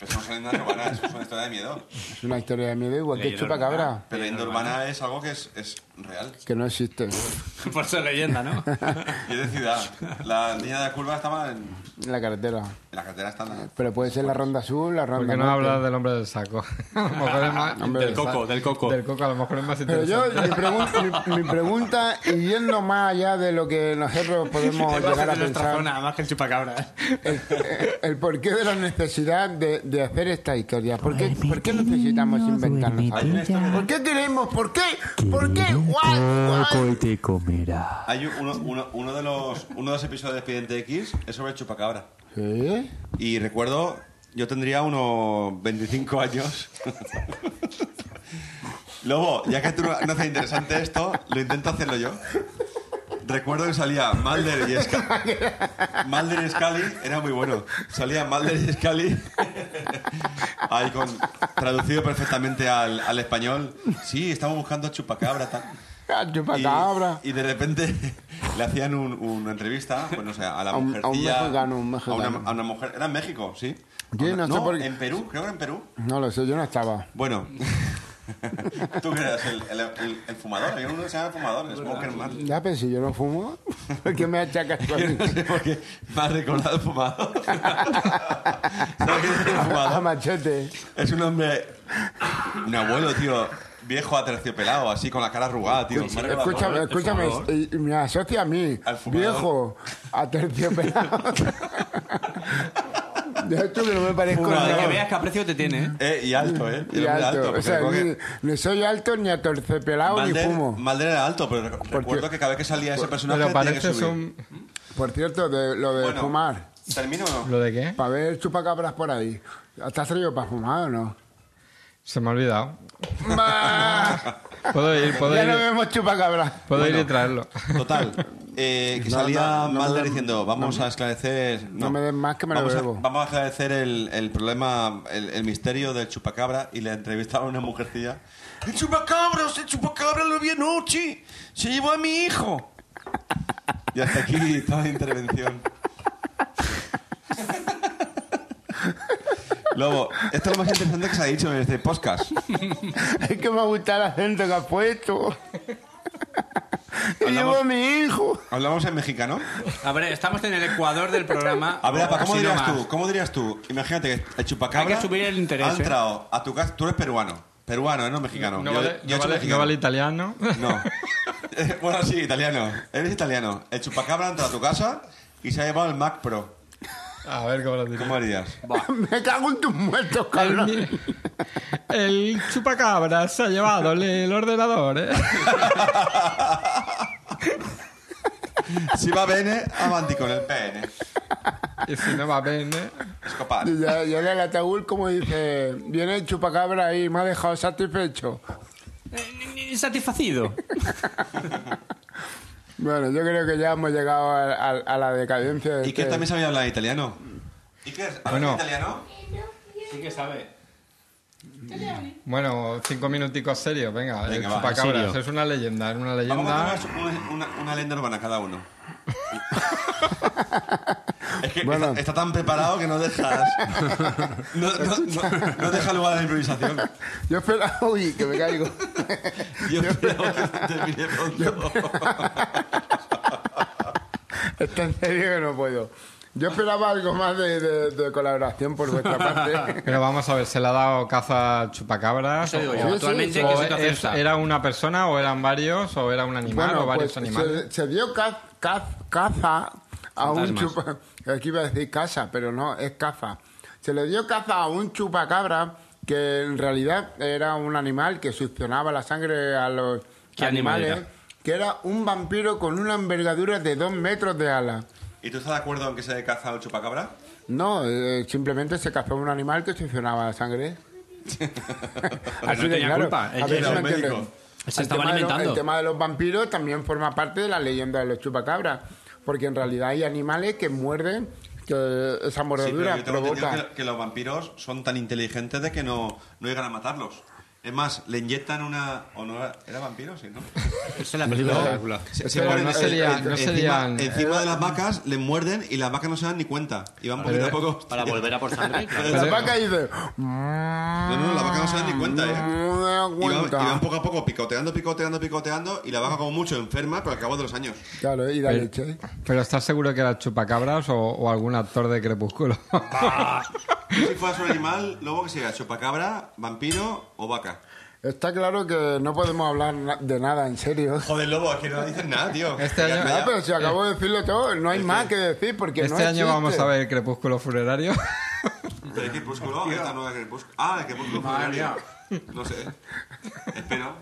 Speaker 1: Eso no es leyenda urbana, eso es una historia de miedo.
Speaker 2: Es una historia de miedo, igual que el
Speaker 4: Leyenda
Speaker 2: chupacabra,
Speaker 4: urbana.
Speaker 1: Pero leyenda urbana es algo que es, es real.
Speaker 2: que no existe.
Speaker 4: Por ser leyenda, ¿no?
Speaker 1: Y es de ciudad. La niña de la curva estaba en, en
Speaker 2: En la carretera.
Speaker 1: la cartera. Estaba...
Speaker 2: Pero puede
Speaker 4: Pues,
Speaker 2: ser la ronda azul, la
Speaker 3: ¿Por
Speaker 2: ronda
Speaker 3: qué no
Speaker 2: norte.
Speaker 3: hablas del hombre del saco? A lo mejor es más
Speaker 2: Hombre,
Speaker 3: interesante.
Speaker 4: del coco, del coco.
Speaker 3: Del coco, a lo mejor es más
Speaker 2: Pero yo,
Speaker 3: interesante.
Speaker 2: mi, pregun- mi- mi pregunta, y yendo más allá de lo que nosotros podemos llegar a
Speaker 4: de nuestra
Speaker 2: pensar,
Speaker 4: zona, más que el chupacabra.
Speaker 2: el, el porqué de la necesidad de, de hacer esta historia. ¿Por qué, por qué necesitamos inventarnos algo?
Speaker 1: Hay una historia
Speaker 2: ¿Por qué queremos? ¿Por qué? ¿Por qué? Guay, guay.
Speaker 6: te comerá.
Speaker 1: Hay uno, uno, uno, de los, uno de los episodios de Expediente X es sobre el chupacabra.
Speaker 2: ¿Sí?
Speaker 1: Y recuerdo, yo tendría unos 25 años. Lobo, ya que tú no no haces interesante esto, lo intento hacerlo yo. Recuerdo que salía Mulder y Scully. Mulder y Scully era muy bueno. Salía Mulder y Scully. Ahí con, traducido perfectamente al, al español. Sí, estamos buscando chupacabra. Tal.
Speaker 2: Ah, Chupacabra.
Speaker 1: Y, y de repente le hacían un- una entrevista, pues no sé, a la
Speaker 2: A un- a un
Speaker 1: mujercilla.
Speaker 2: mexicano, un
Speaker 1: a una-
Speaker 2: mexicano.
Speaker 1: a una mujer. Era en México, sí.
Speaker 2: Yo
Speaker 1: A una-
Speaker 2: no sé por qué-
Speaker 1: En Perú, creo que era en Perú.
Speaker 2: No lo sé, yo no estaba.
Speaker 1: Bueno. Tú que eras el, el, el- el fumador, había uno que se llama el fumador, el Smoker Man.
Speaker 2: Ya, pero si yo no fumo, ¿por qué me achacas tú a
Speaker 1: Yo
Speaker 2: mí?
Speaker 1: no sé por qué me has recordado el fumador. ¿Sabes quién es el
Speaker 2: A
Speaker 1: fumador?
Speaker 2: machete.
Speaker 1: Es un hombre. Un abuelo, tío. Viejo aterciopelado, así con la cara arrugada, tío. Me ha recordado-
Speaker 2: Escúchame, escúchame, y- y me asocia a mí,
Speaker 1: Al fumador.
Speaker 2: viejo, a terciopelado. De hecho, que no me parezco
Speaker 4: Para
Speaker 2: nada.
Speaker 4: que veas qué aprecio te tiene, ¿eh?
Speaker 1: Eh, y alto, ¿eh?
Speaker 2: Y
Speaker 1: Era muy
Speaker 2: alto,
Speaker 1: porque
Speaker 2: o sea,
Speaker 1: recuerdo que-
Speaker 2: ni, ni soy alto, ni aterciopelado, ni
Speaker 1: Malder,
Speaker 2: fumo.
Speaker 1: Malder era alto, pero rec- recuerdo que cada vez que salía ese personaje
Speaker 3: Pero
Speaker 1: tenía que
Speaker 3: pareces
Speaker 1: subir.
Speaker 3: un...
Speaker 2: Por cierto, de, lo de
Speaker 1: Bueno,
Speaker 2: fumar,
Speaker 1: ¿Termino o no?
Speaker 3: ¿Lo de qué?
Speaker 2: para ver chupacabras por ahí, ¿estás salido para fumar o no?
Speaker 3: Se me ha olvidado.
Speaker 2: Bah,
Speaker 3: Puedo ir, puedo
Speaker 2: ya no
Speaker 3: ir,
Speaker 2: vemos chupacabras.
Speaker 3: puedo ir y traerlo.
Speaker 1: Total, eh, que
Speaker 2: No,
Speaker 1: salía
Speaker 2: no, no me
Speaker 1: Mulder
Speaker 2: den-
Speaker 1: diciendo, vamos a esclarecer...
Speaker 2: no me den más que me lo
Speaker 1: vamos a-
Speaker 2: bebo".
Speaker 1: vamos a esclarecer el, el problema, el, el misterio del chupacabra y le entrevistaron a una mujercilla. ¡El chupacabra! ¡El chupacabra lo vi anoche! ¡Se llevó a mi hijo! Y hasta aquí toda la intervención. Lobo, esto es lo más interesante que se ha dicho en este podcast.
Speaker 2: Es que me ha gustado el acento que has puesto. Y Llevo a mi hijo.
Speaker 1: Hablamos en mexicano.
Speaker 5: A ver, estamos en el ecuador del programa.
Speaker 1: A ver, Apa, ¿cómo
Speaker 5: Así
Speaker 1: dirías
Speaker 5: nomás.
Speaker 1: tú? ¿Cómo dirías tú? Imagínate que el chupacabra
Speaker 5: Hay que subir el interés,
Speaker 1: ha
Speaker 5: ¿eh?
Speaker 1: entrado a tu casa. Tú eres peruano. Peruano, ¿eh? no mexicano.
Speaker 3: No
Speaker 1: Yo-
Speaker 3: vale,
Speaker 1: yo
Speaker 3: no
Speaker 1: soy
Speaker 3: vale-
Speaker 1: mexicano.
Speaker 3: no vale italiano.
Speaker 1: No. Eh, bueno, sí, italiano. Eres italiano. El chupacabra ha entrado a tu casa y se ha llevado el Mac Pro.
Speaker 3: A ver cómo lo diré.
Speaker 1: ¿Cómo harías?
Speaker 2: Me cago en tus muertos,
Speaker 3: El,
Speaker 2: cabrón.
Speaker 3: mi- el chupacabra se ha llevado el- el ordenador, ¿eh?
Speaker 1: Si va bene, avanti con el pene.
Speaker 3: Y si no va bien, ¿eh?
Speaker 1: Escopar.
Speaker 2: Y ya, ya en el ataúd, como dice, viene el chupacabra ahí, me ha dejado satisfecho.
Speaker 5: Eh,
Speaker 4: Satisfacido.
Speaker 2: Bueno, yo creo que ya hemos llegado a, a- a la decadencia de.
Speaker 1: ¿Y que
Speaker 2: este-
Speaker 1: también sabía hablar italiano? ¿Iker, hablas
Speaker 3: Bueno.
Speaker 1: italiano?
Speaker 4: Sí que sabe.
Speaker 3: Bueno, cinco minuticos serios, venga.
Speaker 1: Venga,
Speaker 3: el
Speaker 1: va,
Speaker 3: chupacabra,
Speaker 4: serio.
Speaker 3: eso es una leyenda, es una
Speaker 1: Vamos a
Speaker 3: leyenda.
Speaker 1: contar una, una- una leyenda urbana cada uno. es que
Speaker 2: Bueno.
Speaker 1: está, está tan preparado que no dejas. No, no- no- no deja lugar a la improvisación.
Speaker 2: Yo esperaba. Uy, que me caigo.
Speaker 1: Yo espero que termine pronto.
Speaker 2: Está en serio que no puedo. Yo esperaba algo más de, de- de colaboración por vuestra parte.
Speaker 3: Pero vamos a ver, ¿se le ha dado caza al chupacabra?
Speaker 4: Eso digo
Speaker 3: ¿O-
Speaker 4: yo.
Speaker 2: Sí,
Speaker 4: Actualmente,
Speaker 2: sí,
Speaker 4: ¿en
Speaker 3: o
Speaker 4: ¿qué situación
Speaker 3: es-
Speaker 4: está?
Speaker 3: ¿Era una persona o eran varios o era un animal o varios
Speaker 2: pues,
Speaker 3: animales?
Speaker 2: se, se dio caz- caz- caza a un chupa... Aquí iba a decir casa, pero no, es caza. Se le dio caza a un chupacabra que en realidad era un animal que succionaba la sangre a los
Speaker 4: ¿Qué animal
Speaker 2: animales.
Speaker 4: era?
Speaker 2: Que era un vampiro con una envergadura de dos metros de ala.
Speaker 1: ¿Y tú estás de acuerdo en que se caza el chupacabra?
Speaker 2: No, eh, simplemente se cazó un animal que succionaba la sangre. Así de
Speaker 4: no tenía
Speaker 2: claro.
Speaker 4: culpa, es
Speaker 2: A
Speaker 4: que
Speaker 2: ver
Speaker 1: era
Speaker 2: si
Speaker 1: un
Speaker 2: me
Speaker 1: médico.
Speaker 2: entienden.
Speaker 4: Se
Speaker 2: El
Speaker 4: estaba
Speaker 2: tema de los-
Speaker 4: alimentando.
Speaker 2: el tema de los vampiros también forma parte de la leyenda de los chupacabras, porque en realidad hay animales que muerden, que esa
Speaker 1: Sí,
Speaker 2: mordedura
Speaker 1: pero yo tengo entendido
Speaker 2: provoca.
Speaker 1: que, que los vampiros son tan inteligentes de que no, no llegan a matarlos. Es más, le inyectan una... ¿o no era, ¿era vampiro? Sí, ¿no?
Speaker 5: Esa es la película de Drácula.
Speaker 1: Se,
Speaker 2: Pero
Speaker 1: ponen
Speaker 2: no
Speaker 1: en-
Speaker 3: sería-
Speaker 1: en-
Speaker 3: no
Speaker 1: encima,
Speaker 3: serían-
Speaker 2: eh.
Speaker 1: encima de las vacas, le muerden y las vacas no se dan ni cuenta. Y van poquito a poco...
Speaker 4: Para volver a por sangre. claro.
Speaker 2: La vaca dice. "Mm,
Speaker 1: No, no, las vacas no se dan ni cuenta, ¿eh?
Speaker 2: No me da
Speaker 1: Y van, y
Speaker 2: cuenta.
Speaker 1: van poco a poco picoteando, picoteando, picoteando y la vaca como mucho enferma, pero al cabo de los años.
Speaker 2: Claro, y da leche.
Speaker 3: ¿Pero estás seguro que era chupacabras o, o algún actor de Crepúsculo?
Speaker 2: Ah,
Speaker 1: Si fueras un animal, lobo, que sería? ¿Chupacabra, vampiro o vaca?
Speaker 2: Está claro que no podemos hablar na- de nada en serio.
Speaker 1: Joder, lobo, es que no dices nada, tío.
Speaker 3: Este
Speaker 1: Ya-
Speaker 3: año-
Speaker 1: ya-
Speaker 2: Ah, pero si acabo de decirlo todo, no hay más que decir porque no
Speaker 3: este año
Speaker 2: existe.
Speaker 3: vamos a ver Crepúsculo funerario.
Speaker 1: ¿Pero el crepúsculo? ¿Esta nueva crepúsculo? Ah, el crepúsculo funerario. No sé. Espero.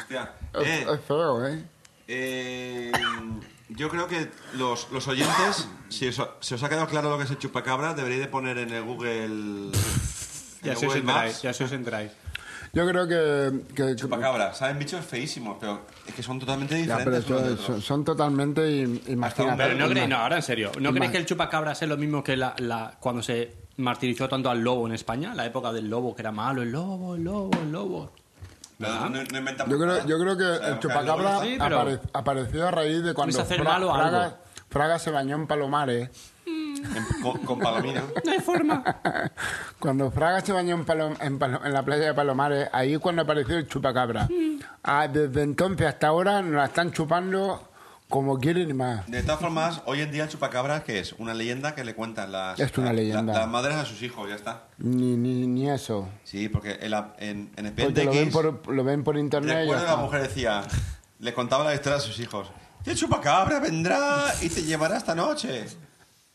Speaker 1: Hostia.
Speaker 2: Es,
Speaker 1: Eh,
Speaker 2: es feo, ¿eh?
Speaker 1: eh, yo creo que los, los oyentes, si os, si os ha quedado claro lo que es el chupacabra, deberíais de poner en el Google... en
Speaker 5: Ya
Speaker 1: el
Speaker 5: se os
Speaker 1: Google
Speaker 5: enteráis,
Speaker 1: Maps.
Speaker 5: ya se os enteráis.
Speaker 2: Yo creo que. que-
Speaker 1: Chupacabra. Saben bichos feísimos, pero es que son totalmente
Speaker 2: Ya,
Speaker 1: diferentes
Speaker 2: pero
Speaker 1: unos de
Speaker 2: son,
Speaker 1: otros.
Speaker 2: son- son totalmente im-
Speaker 1: Hasta
Speaker 2: imaginatorios.
Speaker 4: Pero no creéis, no, ahora en serio, ¿no creéis que el chupacabra es lo mismo que la, la- cuando se martirizó tanto al lobo en España? La época del lobo, que era malo, el lobo, el lobo, el lobo.
Speaker 1: No, no, no, no inventamos
Speaker 2: Yo creo,
Speaker 1: nada.
Speaker 2: yo creo que
Speaker 1: O sea,
Speaker 2: el
Speaker 1: aunque al
Speaker 2: chupacabra
Speaker 1: lobo le-
Speaker 4: Sí, pero-
Speaker 2: apare- apareció a raíz de cuando
Speaker 4: Quise hacer
Speaker 2: Fra-
Speaker 4: malo a
Speaker 2: Fraga,
Speaker 4: algo.
Speaker 2: Fraga se bañó en Palomares.
Speaker 1: en- con, con palomino.
Speaker 4: No hay forma.
Speaker 2: Cuando Fraga se bañó en, Palom- en, Palo- en la playa de Palomares, ahí es cuando apareció el chupacabra. Ah, desde entonces hasta ahora nos la están chupando como quieren y más.
Speaker 1: De todas formas, hoy en día el chupacabra que es una leyenda que le cuentan las,
Speaker 2: Es una
Speaker 1: la-
Speaker 2: leyenda.
Speaker 1: la- las madres a sus hijos, ya está.
Speaker 2: Ni, ni, ni eso.
Speaker 1: Sí, porque en, la- en, en Expediente
Speaker 2: Porque lo ven
Speaker 1: X,
Speaker 2: por, lo ven por internet. y ya
Speaker 1: recuerdo que la
Speaker 2: está.
Speaker 1: mujer decía, le contaba la historia a sus hijos. El chupacabra vendrá y te llevará esta noche.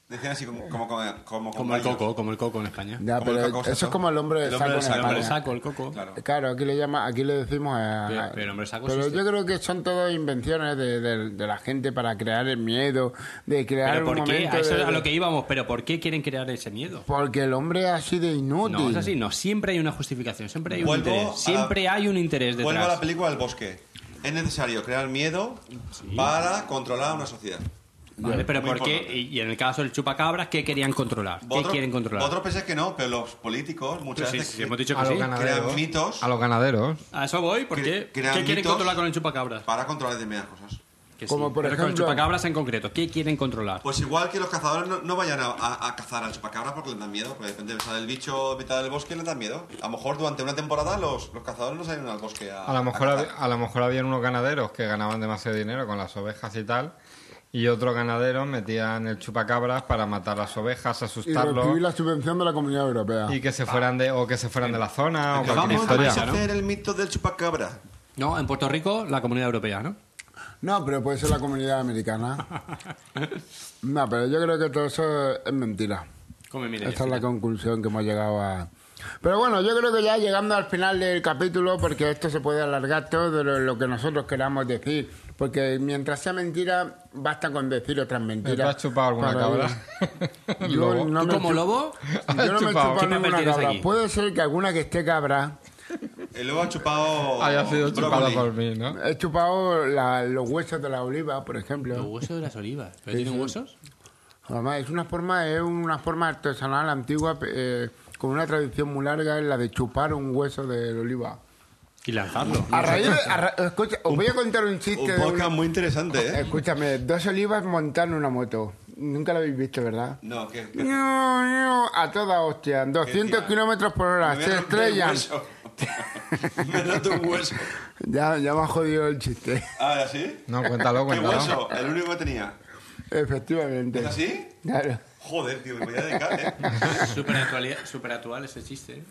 Speaker 1: Decían así como, como, como, como,
Speaker 5: Como el
Speaker 1: gallos.
Speaker 5: coco, como el coco en España.
Speaker 2: Ya,
Speaker 1: como el
Speaker 2: pero
Speaker 1: Coco
Speaker 2: eso
Speaker 1: Sato.
Speaker 2: es como el hombre
Speaker 1: El
Speaker 2: de saco
Speaker 1: hombre del
Speaker 2: en
Speaker 1: saco.
Speaker 4: El hombre
Speaker 2: España.
Speaker 4: saco, el coco.
Speaker 1: Claro.
Speaker 2: Claro, aquí le llama, aquí le decimos. eh,
Speaker 4: Pero- pero el hombre saco
Speaker 2: pero
Speaker 4: existe.
Speaker 2: yo creo que son todas invenciones de, de- de la gente para crear el miedo, de crear
Speaker 4: Pero
Speaker 2: un
Speaker 4: ¿por qué?
Speaker 2: momento.
Speaker 4: A eso
Speaker 2: de-
Speaker 4: es a lo que íbamos, pero ¿por qué quieren crear ese miedo?
Speaker 2: Porque el hombre es así de inútil.
Speaker 4: No, es así, no. Siempre hay una justificación, siempre hay un
Speaker 1: Vuelvo
Speaker 4: interés.
Speaker 1: a-
Speaker 4: Siempre hay un interés
Speaker 1: Vuelvo a la
Speaker 4: detrás.
Speaker 1: película El Bosque. es necesario crear miedo para controlar a una sociedad.
Speaker 4: Vale, pero
Speaker 1: Muy
Speaker 4: ¿por qué?
Speaker 1: importante.
Speaker 4: Y, y en el caso del chupacabras, ¿qué querían controlar? ¿Qué
Speaker 1: Vosotros-
Speaker 4: quieren controlar?
Speaker 1: Vosotros pensáis que no, pero los políticos muchas
Speaker 4: Sí,
Speaker 1: veces
Speaker 4: sí, sí, hemos dicho
Speaker 3: a
Speaker 4: que
Speaker 3: los
Speaker 4: sí.
Speaker 3: ganaderos.
Speaker 1: crean mitos.
Speaker 3: A los ganaderos.
Speaker 4: A eso voy, ¿por
Speaker 1: Cre-
Speaker 4: qué? ¿Qué
Speaker 1: crean
Speaker 4: quieren
Speaker 1: mitos.
Speaker 4: controlar con el chupacabras?
Speaker 1: para controlar determinadas cosas.
Speaker 4: Que sí,
Speaker 2: Como por
Speaker 4: pero con el
Speaker 2: ejemplo-
Speaker 4: chupacabras en concreto, ¿qué quieren controlar?
Speaker 1: Pues igual que los cazadores no, no vayan a, a- a cazar al chupacabra porque les dan miedo, pues porque de repente sale el bicho a mitad del bosque y les dan miedo. A lo mejor durante una temporada los, los cazadores no salen al bosque a.
Speaker 3: A lo, mejor,
Speaker 1: a
Speaker 3: hab-
Speaker 1: cazar.
Speaker 3: a lo mejor habían unos ganaderos que ganaban demasiado dinero con las ovejas y tal. Y otros ganaderos metían el chupacabras para matar las ovejas,
Speaker 2: Y recibir
Speaker 3: asustarlos
Speaker 2: la subvención de la Comunidad Europea.
Speaker 3: y que se fueran de o que se fueran de la zona o
Speaker 1: Entonces,
Speaker 3: cualquier
Speaker 1: vamos, vais a
Speaker 3: historia.
Speaker 1: hacer el mito del chupacabra.
Speaker 4: No, en Puerto Rico, la comunidad europea, ¿no?
Speaker 2: No, pero puede ser la comunidad americana. No, pero yo creo que todo eso es mentira.
Speaker 4: Come, mire.
Speaker 2: Esta es la conclusión que hemos llegado a... Pero bueno, yo creo que ya llegando al final del capítulo, porque esto se puede alargar todo lo, lo que nosotros queramos decir, porque mientras sea mentira, basta con decir otras
Speaker 3: ¿Me ¿Te has
Speaker 2: mentiras.
Speaker 3: chupado alguna
Speaker 2: para-
Speaker 3: cabra?
Speaker 2: Yo no
Speaker 4: ¿Tú
Speaker 2: me
Speaker 4: como
Speaker 2: chup-
Speaker 4: lobo?
Speaker 2: Yo no me he
Speaker 3: Chupado.
Speaker 2: chupado
Speaker 3: ¿Qué
Speaker 4: papel
Speaker 2: ninguna
Speaker 4: tienes
Speaker 2: cabra.
Speaker 4: aquí?
Speaker 2: Puede ser que alguna que esté cabra,
Speaker 1: El lobo ha chupado.
Speaker 3: Haya sido chupada
Speaker 1: brócoli.
Speaker 3: por mí, ¿no?
Speaker 2: he chupado la- los huesos de la oliva, por ejemplo.
Speaker 4: Los huesos de las olivas. ¿Pero
Speaker 2: Sí,
Speaker 4: tienen
Speaker 2: sí.
Speaker 4: huesos?
Speaker 2: Además, es una forma, es una forma artesanal antigua eh, con una tradición muy larga, es la de chupar un hueso de oliva.
Speaker 4: Y lanzarlo.
Speaker 2: A raíz de- a ra- escucha, os voy a contar un chiste.
Speaker 1: Un
Speaker 2: de una-
Speaker 1: podcast muy interesante, ¿eh?
Speaker 2: Escúchame, dos olivas montaron una moto. Nunca lo habéis visto, ¿verdad?
Speaker 1: No, que.
Speaker 2: Ño, ño, A toda hostia, 200
Speaker 1: Decía,
Speaker 2: kilómetros por hora, se estrellan.
Speaker 1: Me roto un hueso.
Speaker 2: Ya, ya me ha jodido el chiste,
Speaker 1: Ahora sí.
Speaker 3: No, cuéntalo,
Speaker 1: ¿Qué
Speaker 3: cuéntalo.
Speaker 1: hueso? El único que tenía.
Speaker 2: efectivamente.
Speaker 1: ¿Es así?
Speaker 2: Claro.
Speaker 1: Joder, tío, me voy a dedicar, ¿eh?
Speaker 4: Súper actual, ese chiste. ¿eh?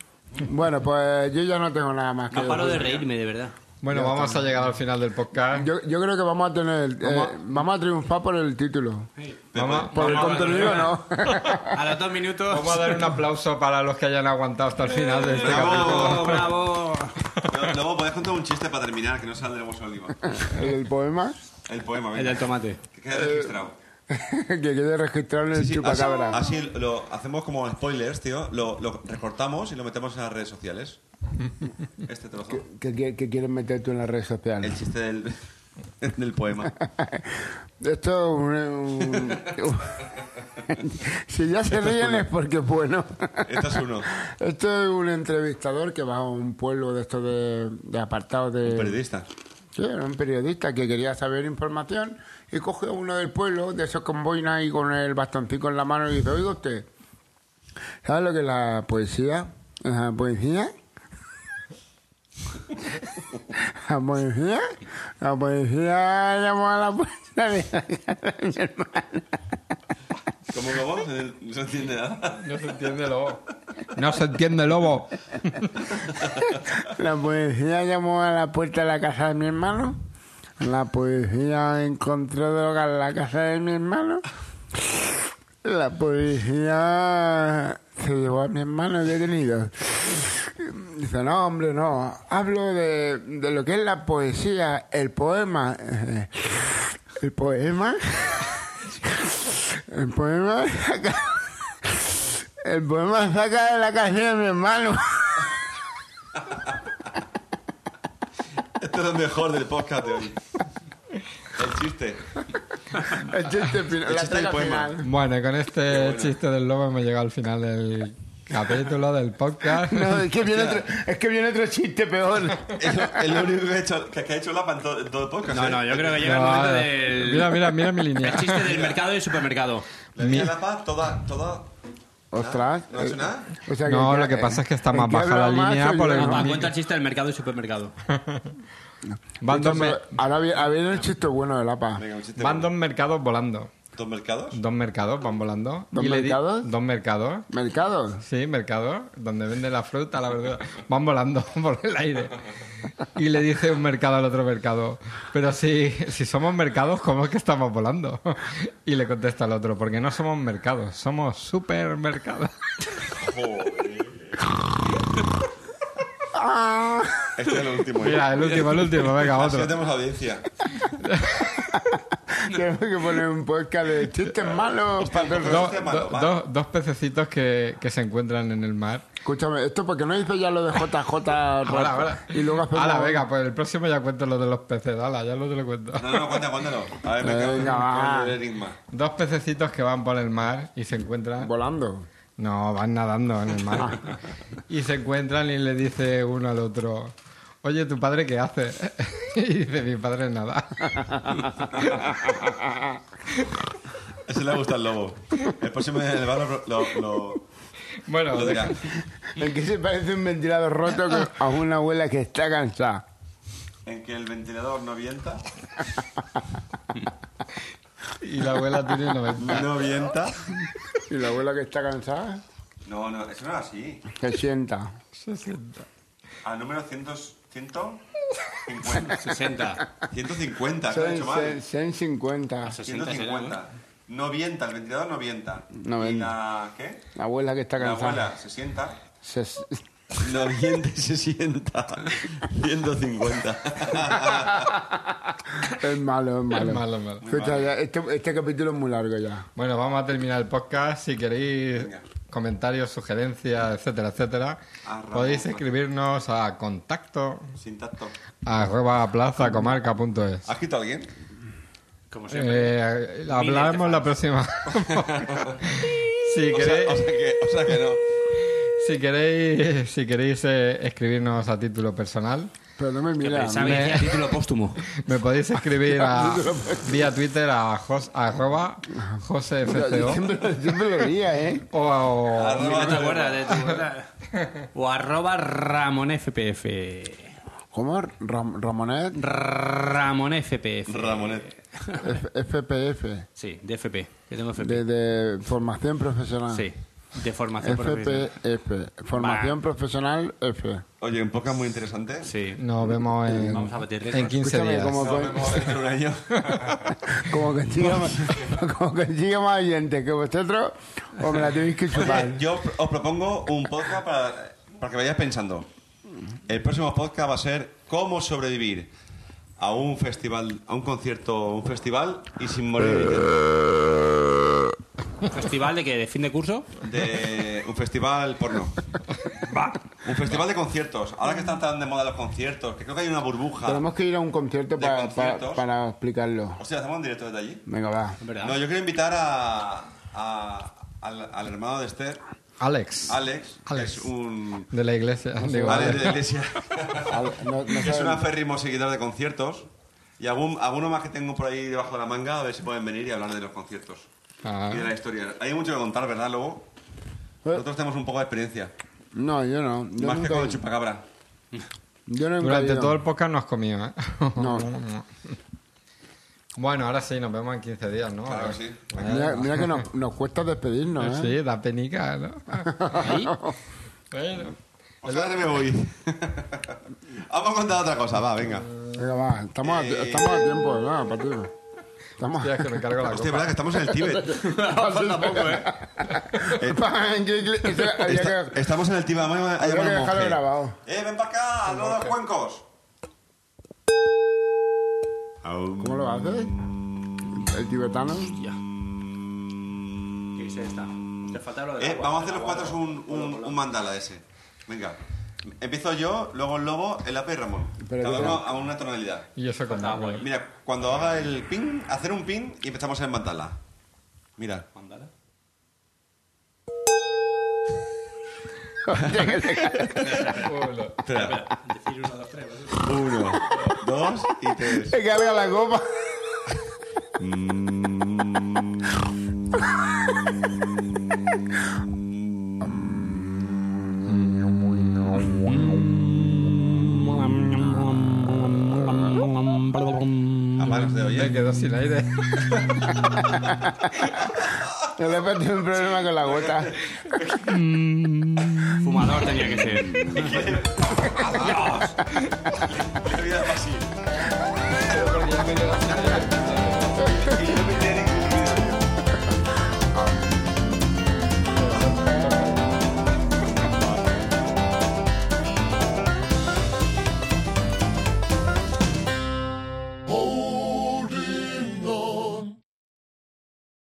Speaker 2: Bueno, pues yo ya no tengo nada más que
Speaker 4: No paro de
Speaker 2: decir.
Speaker 4: reírme, de verdad.
Speaker 3: Bueno, vamos a llegar al final del podcast.
Speaker 2: Yo, yo creo que vamos a tener, eh, vamos a triunfar por el título.
Speaker 3: Vamos,
Speaker 2: Por el contenido no.
Speaker 4: A los dos minutos.
Speaker 3: vamos a dar un aplauso para los que hayan aguantado hasta el final de este capítulo.
Speaker 4: ¡Bravo, bravo!
Speaker 1: Pero, Lobo, ¿podés contar un chiste para terminar? Que no sale del hueso de oliva.
Speaker 2: el, el poema
Speaker 1: El poema,
Speaker 4: El
Speaker 1: venga.
Speaker 4: del tomate.
Speaker 1: Que quede registrado.
Speaker 2: que quede registrado en el
Speaker 1: Sí, así,
Speaker 2: chupacabra.
Speaker 1: así lo hacemos como spoilers, tío. Lo, lo recortamos y lo metemos en las redes sociales. Este trozo.
Speaker 2: ¿Qué, qué, qué quieres meter tú en las redes sociales?
Speaker 1: El chiste del, del poema.
Speaker 2: Esto es un... un- un- si ya se ríen es porque es bueno.
Speaker 1: Este es uno.
Speaker 2: Esto es un entrevistador que va a un pueblo de estos de, de apartados de...
Speaker 1: Un periodista.
Speaker 2: Sí, era un periodista que quería saber información y coge a uno del pueblo, de esos con boina y con el bastoncito en la mano y dice, oiga usted, ¿sabe lo que es la poesía? ¿La poesía? ¿La poesía? La poesía llamó a la puerta de la casa de mi hermana.
Speaker 1: ¿Cómo lo vamos? No se entiende nada.
Speaker 3: No se entiende lobo. No se entiende lobo.
Speaker 2: La poesía llamó a la puerta de la casa de mi hermano. La poesía encontró droga en la casa de mi hermano. La policía se llevó a mi hermano detenido. Dice, no, hombre, no. Hablo de, de lo que es la poesía, el poema. ¿El poema? El poema saca... El poema saca de la canción de mi hermano.
Speaker 1: Esto es lo mejor del podcast de hoy. El chiste.
Speaker 2: El chiste final.
Speaker 1: El
Speaker 2: la
Speaker 1: chiste del
Speaker 2: traca
Speaker 1: poema.
Speaker 2: final.
Speaker 3: Bueno, y con este chiste del lobo hemos llegado al final del capítulo del podcast.
Speaker 2: No, es que, viene otro, es que viene otro chiste peor.
Speaker 1: Es lo, es lo único que ha hecho, que, que ha hecho Lapa en todo, en todo el podcast.
Speaker 4: No,
Speaker 1: ¿eh?
Speaker 4: no, yo creo que llega el momento
Speaker 3: eh,
Speaker 4: del.
Speaker 3: Mira, mira, mira mi línea.
Speaker 4: El chiste del mercado y el supermercado.
Speaker 1: La niña Lapa, toda. toda
Speaker 2: Ostras. eh,
Speaker 1: ¿No ha hecho nada?
Speaker 2: O sea
Speaker 3: No,
Speaker 2: que-
Speaker 3: lo que pasa es que está
Speaker 2: ¿en
Speaker 3: más
Speaker 2: qué
Speaker 3: baja la
Speaker 2: hablaba más?
Speaker 3: línea
Speaker 2: Soy
Speaker 3: por
Speaker 2: yo.
Speaker 3: el-
Speaker 4: Papá, cuenta el chiste del mercado y supermercado.
Speaker 3: Van dos, me-
Speaker 2: Entonces, Ahora viene, ahora viene el chiste bueno de la paz.
Speaker 1: Venga, un chiste.
Speaker 3: van
Speaker 1: bueno.
Speaker 3: dos mercados volando.
Speaker 1: ¿Dos mercados?
Speaker 3: Dos mercados van volando.
Speaker 2: ¿Dos
Speaker 3: Y le di-
Speaker 2: mercados?
Speaker 3: Dos mercados.
Speaker 2: Mercado.
Speaker 3: Sí, mercados, donde venden la fruta, la verdura. Van volando por el aire. Y le dice un mercado al otro mercado, pero si, si somos mercados, ¿cómo es que estamos volando? Y le contesta el otro, porque no somos mercados, somos supermercados.
Speaker 1: Este es el último. ¿eh? Este
Speaker 3: Mira, el último, el último, venga,
Speaker 1: Así
Speaker 3: otro.
Speaker 1: no tenemos audiencia.
Speaker 2: Tenemos que poner un podcast de chistes malos para todo el
Speaker 3: Dos-
Speaker 2: resto.
Speaker 1: Hostia, este malo,
Speaker 3: do-
Speaker 1: va.
Speaker 3: dos- dos pececitos que, que se encuentran en el mar.
Speaker 2: Escúchame, esto porque no hice ya lo de JJ
Speaker 3: Ahora, ahora.
Speaker 2: y luego hacemos...
Speaker 3: Ahora, venga, pues el próximo ya cuento lo de los peces. Hala, ya lo te lo cuento.
Speaker 1: No, no, cuéntalo, cuéntalo. A ver, me
Speaker 2: Venga,
Speaker 1: cago en-
Speaker 2: va.
Speaker 1: con el enigma.
Speaker 3: Dos pececitos que van por el mar y se encuentran.
Speaker 2: Volando.
Speaker 3: No, van nadando en el mar. y se encuentran y le dice uno al otro, oye, ¿tu padre qué hace? y dice, mi padre nada.
Speaker 1: Ese le gusta el lobo. El próximo en el bar lo, lo, lo-
Speaker 3: Bueno,
Speaker 1: lo dirá.
Speaker 2: El que se parece un ventilador roto que- a una abuela que está cansada.
Speaker 1: En que el ventilador no vienta.
Speaker 3: y la abuela tiene 90.
Speaker 1: No vienta.
Speaker 2: Y la abuela que está cansada,
Speaker 1: No, no, eso no era así.
Speaker 2: se sienta.
Speaker 1: Al número 100, 150.
Speaker 5: 60.
Speaker 1: 150, se lo he
Speaker 2: Son
Speaker 1: hecho mal.
Speaker 2: 150.
Speaker 5: 60 será, ¿no?
Speaker 1: 150. No vienta, el ventilador no vienta.
Speaker 2: No
Speaker 1: ¿Y
Speaker 2: vienta.
Speaker 1: la qué?
Speaker 2: La abuela que está
Speaker 1: La
Speaker 2: cansada.
Speaker 1: abuela se sienta.
Speaker 2: Se s-
Speaker 1: No vienta y se sienta. 150.
Speaker 2: es malo, es malo.
Speaker 3: Es malo, es malo.
Speaker 2: Escucha, ya, este, este capítulo es muy largo ya.
Speaker 3: Bueno, vamos a terminar el podcast. Si queréis
Speaker 1: Venga.
Speaker 3: comentarios, sugerencias, etcétera, etcétera,
Speaker 1: Arrabamos.
Speaker 3: podéis escribirnos a contacto
Speaker 1: Sin tacto.
Speaker 3: arroba plazacomarca.es.
Speaker 1: ¿Has quitado a alguien?
Speaker 5: Como siempre.
Speaker 3: Eh,
Speaker 5: Miles de
Speaker 3: hablamos la
Speaker 5: fans.
Speaker 3: próxima. si
Speaker 1: O sea,
Speaker 3: queréis,
Speaker 1: o sea que, o sea que no.
Speaker 3: si queréis, si queréis eh, escribnos a título personal,
Speaker 2: Pero no me mira.
Speaker 4: Sabe
Speaker 3: me-
Speaker 4: que a título póstumo.
Speaker 3: me podéis escribir a- vía Twitter a jos, arroba
Speaker 1: este,
Speaker 3: josefco
Speaker 2: Siempre, siempre lo ría, ¿eh?
Speaker 3: o, o-
Speaker 5: No te
Speaker 1: Arroba-
Speaker 5: acuerdas de tu-
Speaker 4: O arroba Ramón FPF.
Speaker 2: ¿Cómo? Ram- Ramonet
Speaker 4: Ramón FPF.
Speaker 1: Ramonet.
Speaker 2: F- FPF.
Speaker 4: Sí, de FP. Que tengo FP.
Speaker 2: De, de formación profesional.
Speaker 4: Sí, de formación profesional.
Speaker 2: FPF. Formación profesional F.
Speaker 1: Oye, un podcast muy interesante.
Speaker 4: Sí.
Speaker 3: nos vemos en,
Speaker 4: Vamos a batir
Speaker 3: en 15
Speaker 2: Escúchame,
Speaker 3: días.
Speaker 2: como,
Speaker 1: Nos vemos dentro de un año.
Speaker 2: como consiga más, como consiga más oyentes que vosotros, o me la tenéis que chupar.
Speaker 1: Oye, yo os propongo un podcast para, para que vayáis pensando. El próximo podcast va a ser cómo sobrevivir a un festival, a un concierto, un festival y sin morir
Speaker 4: ¿Festival de que ¿De fin de curso?
Speaker 1: de un festival porno. Un festival de conciertos. Ahora que están tan de moda los conciertos, que creo que hay una burbuja.
Speaker 2: Tenemos que ir a un concierto
Speaker 1: De
Speaker 2: pa- pa-
Speaker 1: conciertos.
Speaker 2: para explicarlo.
Speaker 1: Hostia, hacemos un directo desde allí.
Speaker 2: Venga, va.
Speaker 4: ¿Verdad?
Speaker 1: No, yo quiero invitar a, a- al, al hermano de Esther,
Speaker 3: Alex,
Speaker 1: Alex, que
Speaker 3: Alex.
Speaker 1: es un
Speaker 3: de la iglesia. digo,
Speaker 1: Vale, de
Speaker 3: Alex.
Speaker 1: la iglesia.
Speaker 2: A ver, no- no
Speaker 1: que es
Speaker 2: saben-
Speaker 1: un aférrimo seguidor de conciertos. Y algún, alguno más que tengo por ahí debajo de la manga, a ver si pueden venir y hablar de los conciertos.
Speaker 3: Ah.
Speaker 1: Y de la historia. Hay mucho que contar, ¿verdad, Lobo? Nosotros tenemos un poco de experiencia.
Speaker 2: No, yo no. Eh. Yo
Speaker 1: más que
Speaker 2: nunca, Ah,
Speaker 1: con el chupacabra.
Speaker 2: yo nunca he
Speaker 3: Durante
Speaker 2: ido.
Speaker 3: todo el podcast no has comido, ¿eh?
Speaker 2: No.
Speaker 3: Bueno, ahora sí, nos vemos en 15 días, ¿no? Eh,
Speaker 1: Claro que sí.
Speaker 2: Mira, mira que nos, nos cuesta despedirnos, ¿eh?
Speaker 3: Sí, da penica, ¿no?
Speaker 4: Ahí.
Speaker 3: Bueno.
Speaker 1: O sea, ahora me voy. Vamos a contar otra cosa, va, venga.
Speaker 2: Venga, va. Estamos a,
Speaker 1: Eh.
Speaker 2: estamos a tiempo, ¿verdad? Partido. Estamos
Speaker 3: Hostia, es que me cargo la
Speaker 1: Hostia,
Speaker 3: copa.
Speaker 1: verdad que estamos en el Tíbet.
Speaker 2: Hay
Speaker 1: Esta-
Speaker 2: que
Speaker 1: estamos en el Tíbet. Vamos a llamar a un
Speaker 2: dejarlo
Speaker 1: monje.
Speaker 2: grabado.
Speaker 1: ¡Eh, ven para acá! ¡No los cuencos!
Speaker 2: ¿Cómo lo haces? El tibetano.
Speaker 4: ¿Qué es esta? Te falta lo de
Speaker 1: Eh, vamos a hacer los cuatro un, un, un mandala ese. Venga. Empiezo yo, luego el lobo, el ape y Ramón.
Speaker 2: Pero
Speaker 1: Cada
Speaker 2: que-
Speaker 1: uno a una tonalidad.
Speaker 3: Y yo soy con agua.
Speaker 1: Mira, cuando haga el pin, hacer un pin y empezamos el mandala. Mira. Espera. Uno, dos y tres.
Speaker 2: Se carga la copa.
Speaker 1: A manos de
Speaker 3: Me
Speaker 1: oye.
Speaker 3: quedo sin aire.
Speaker 2: Yo le he metido un problema con la gota.
Speaker 4: Fumador tenía que ser.
Speaker 1: La vida es así.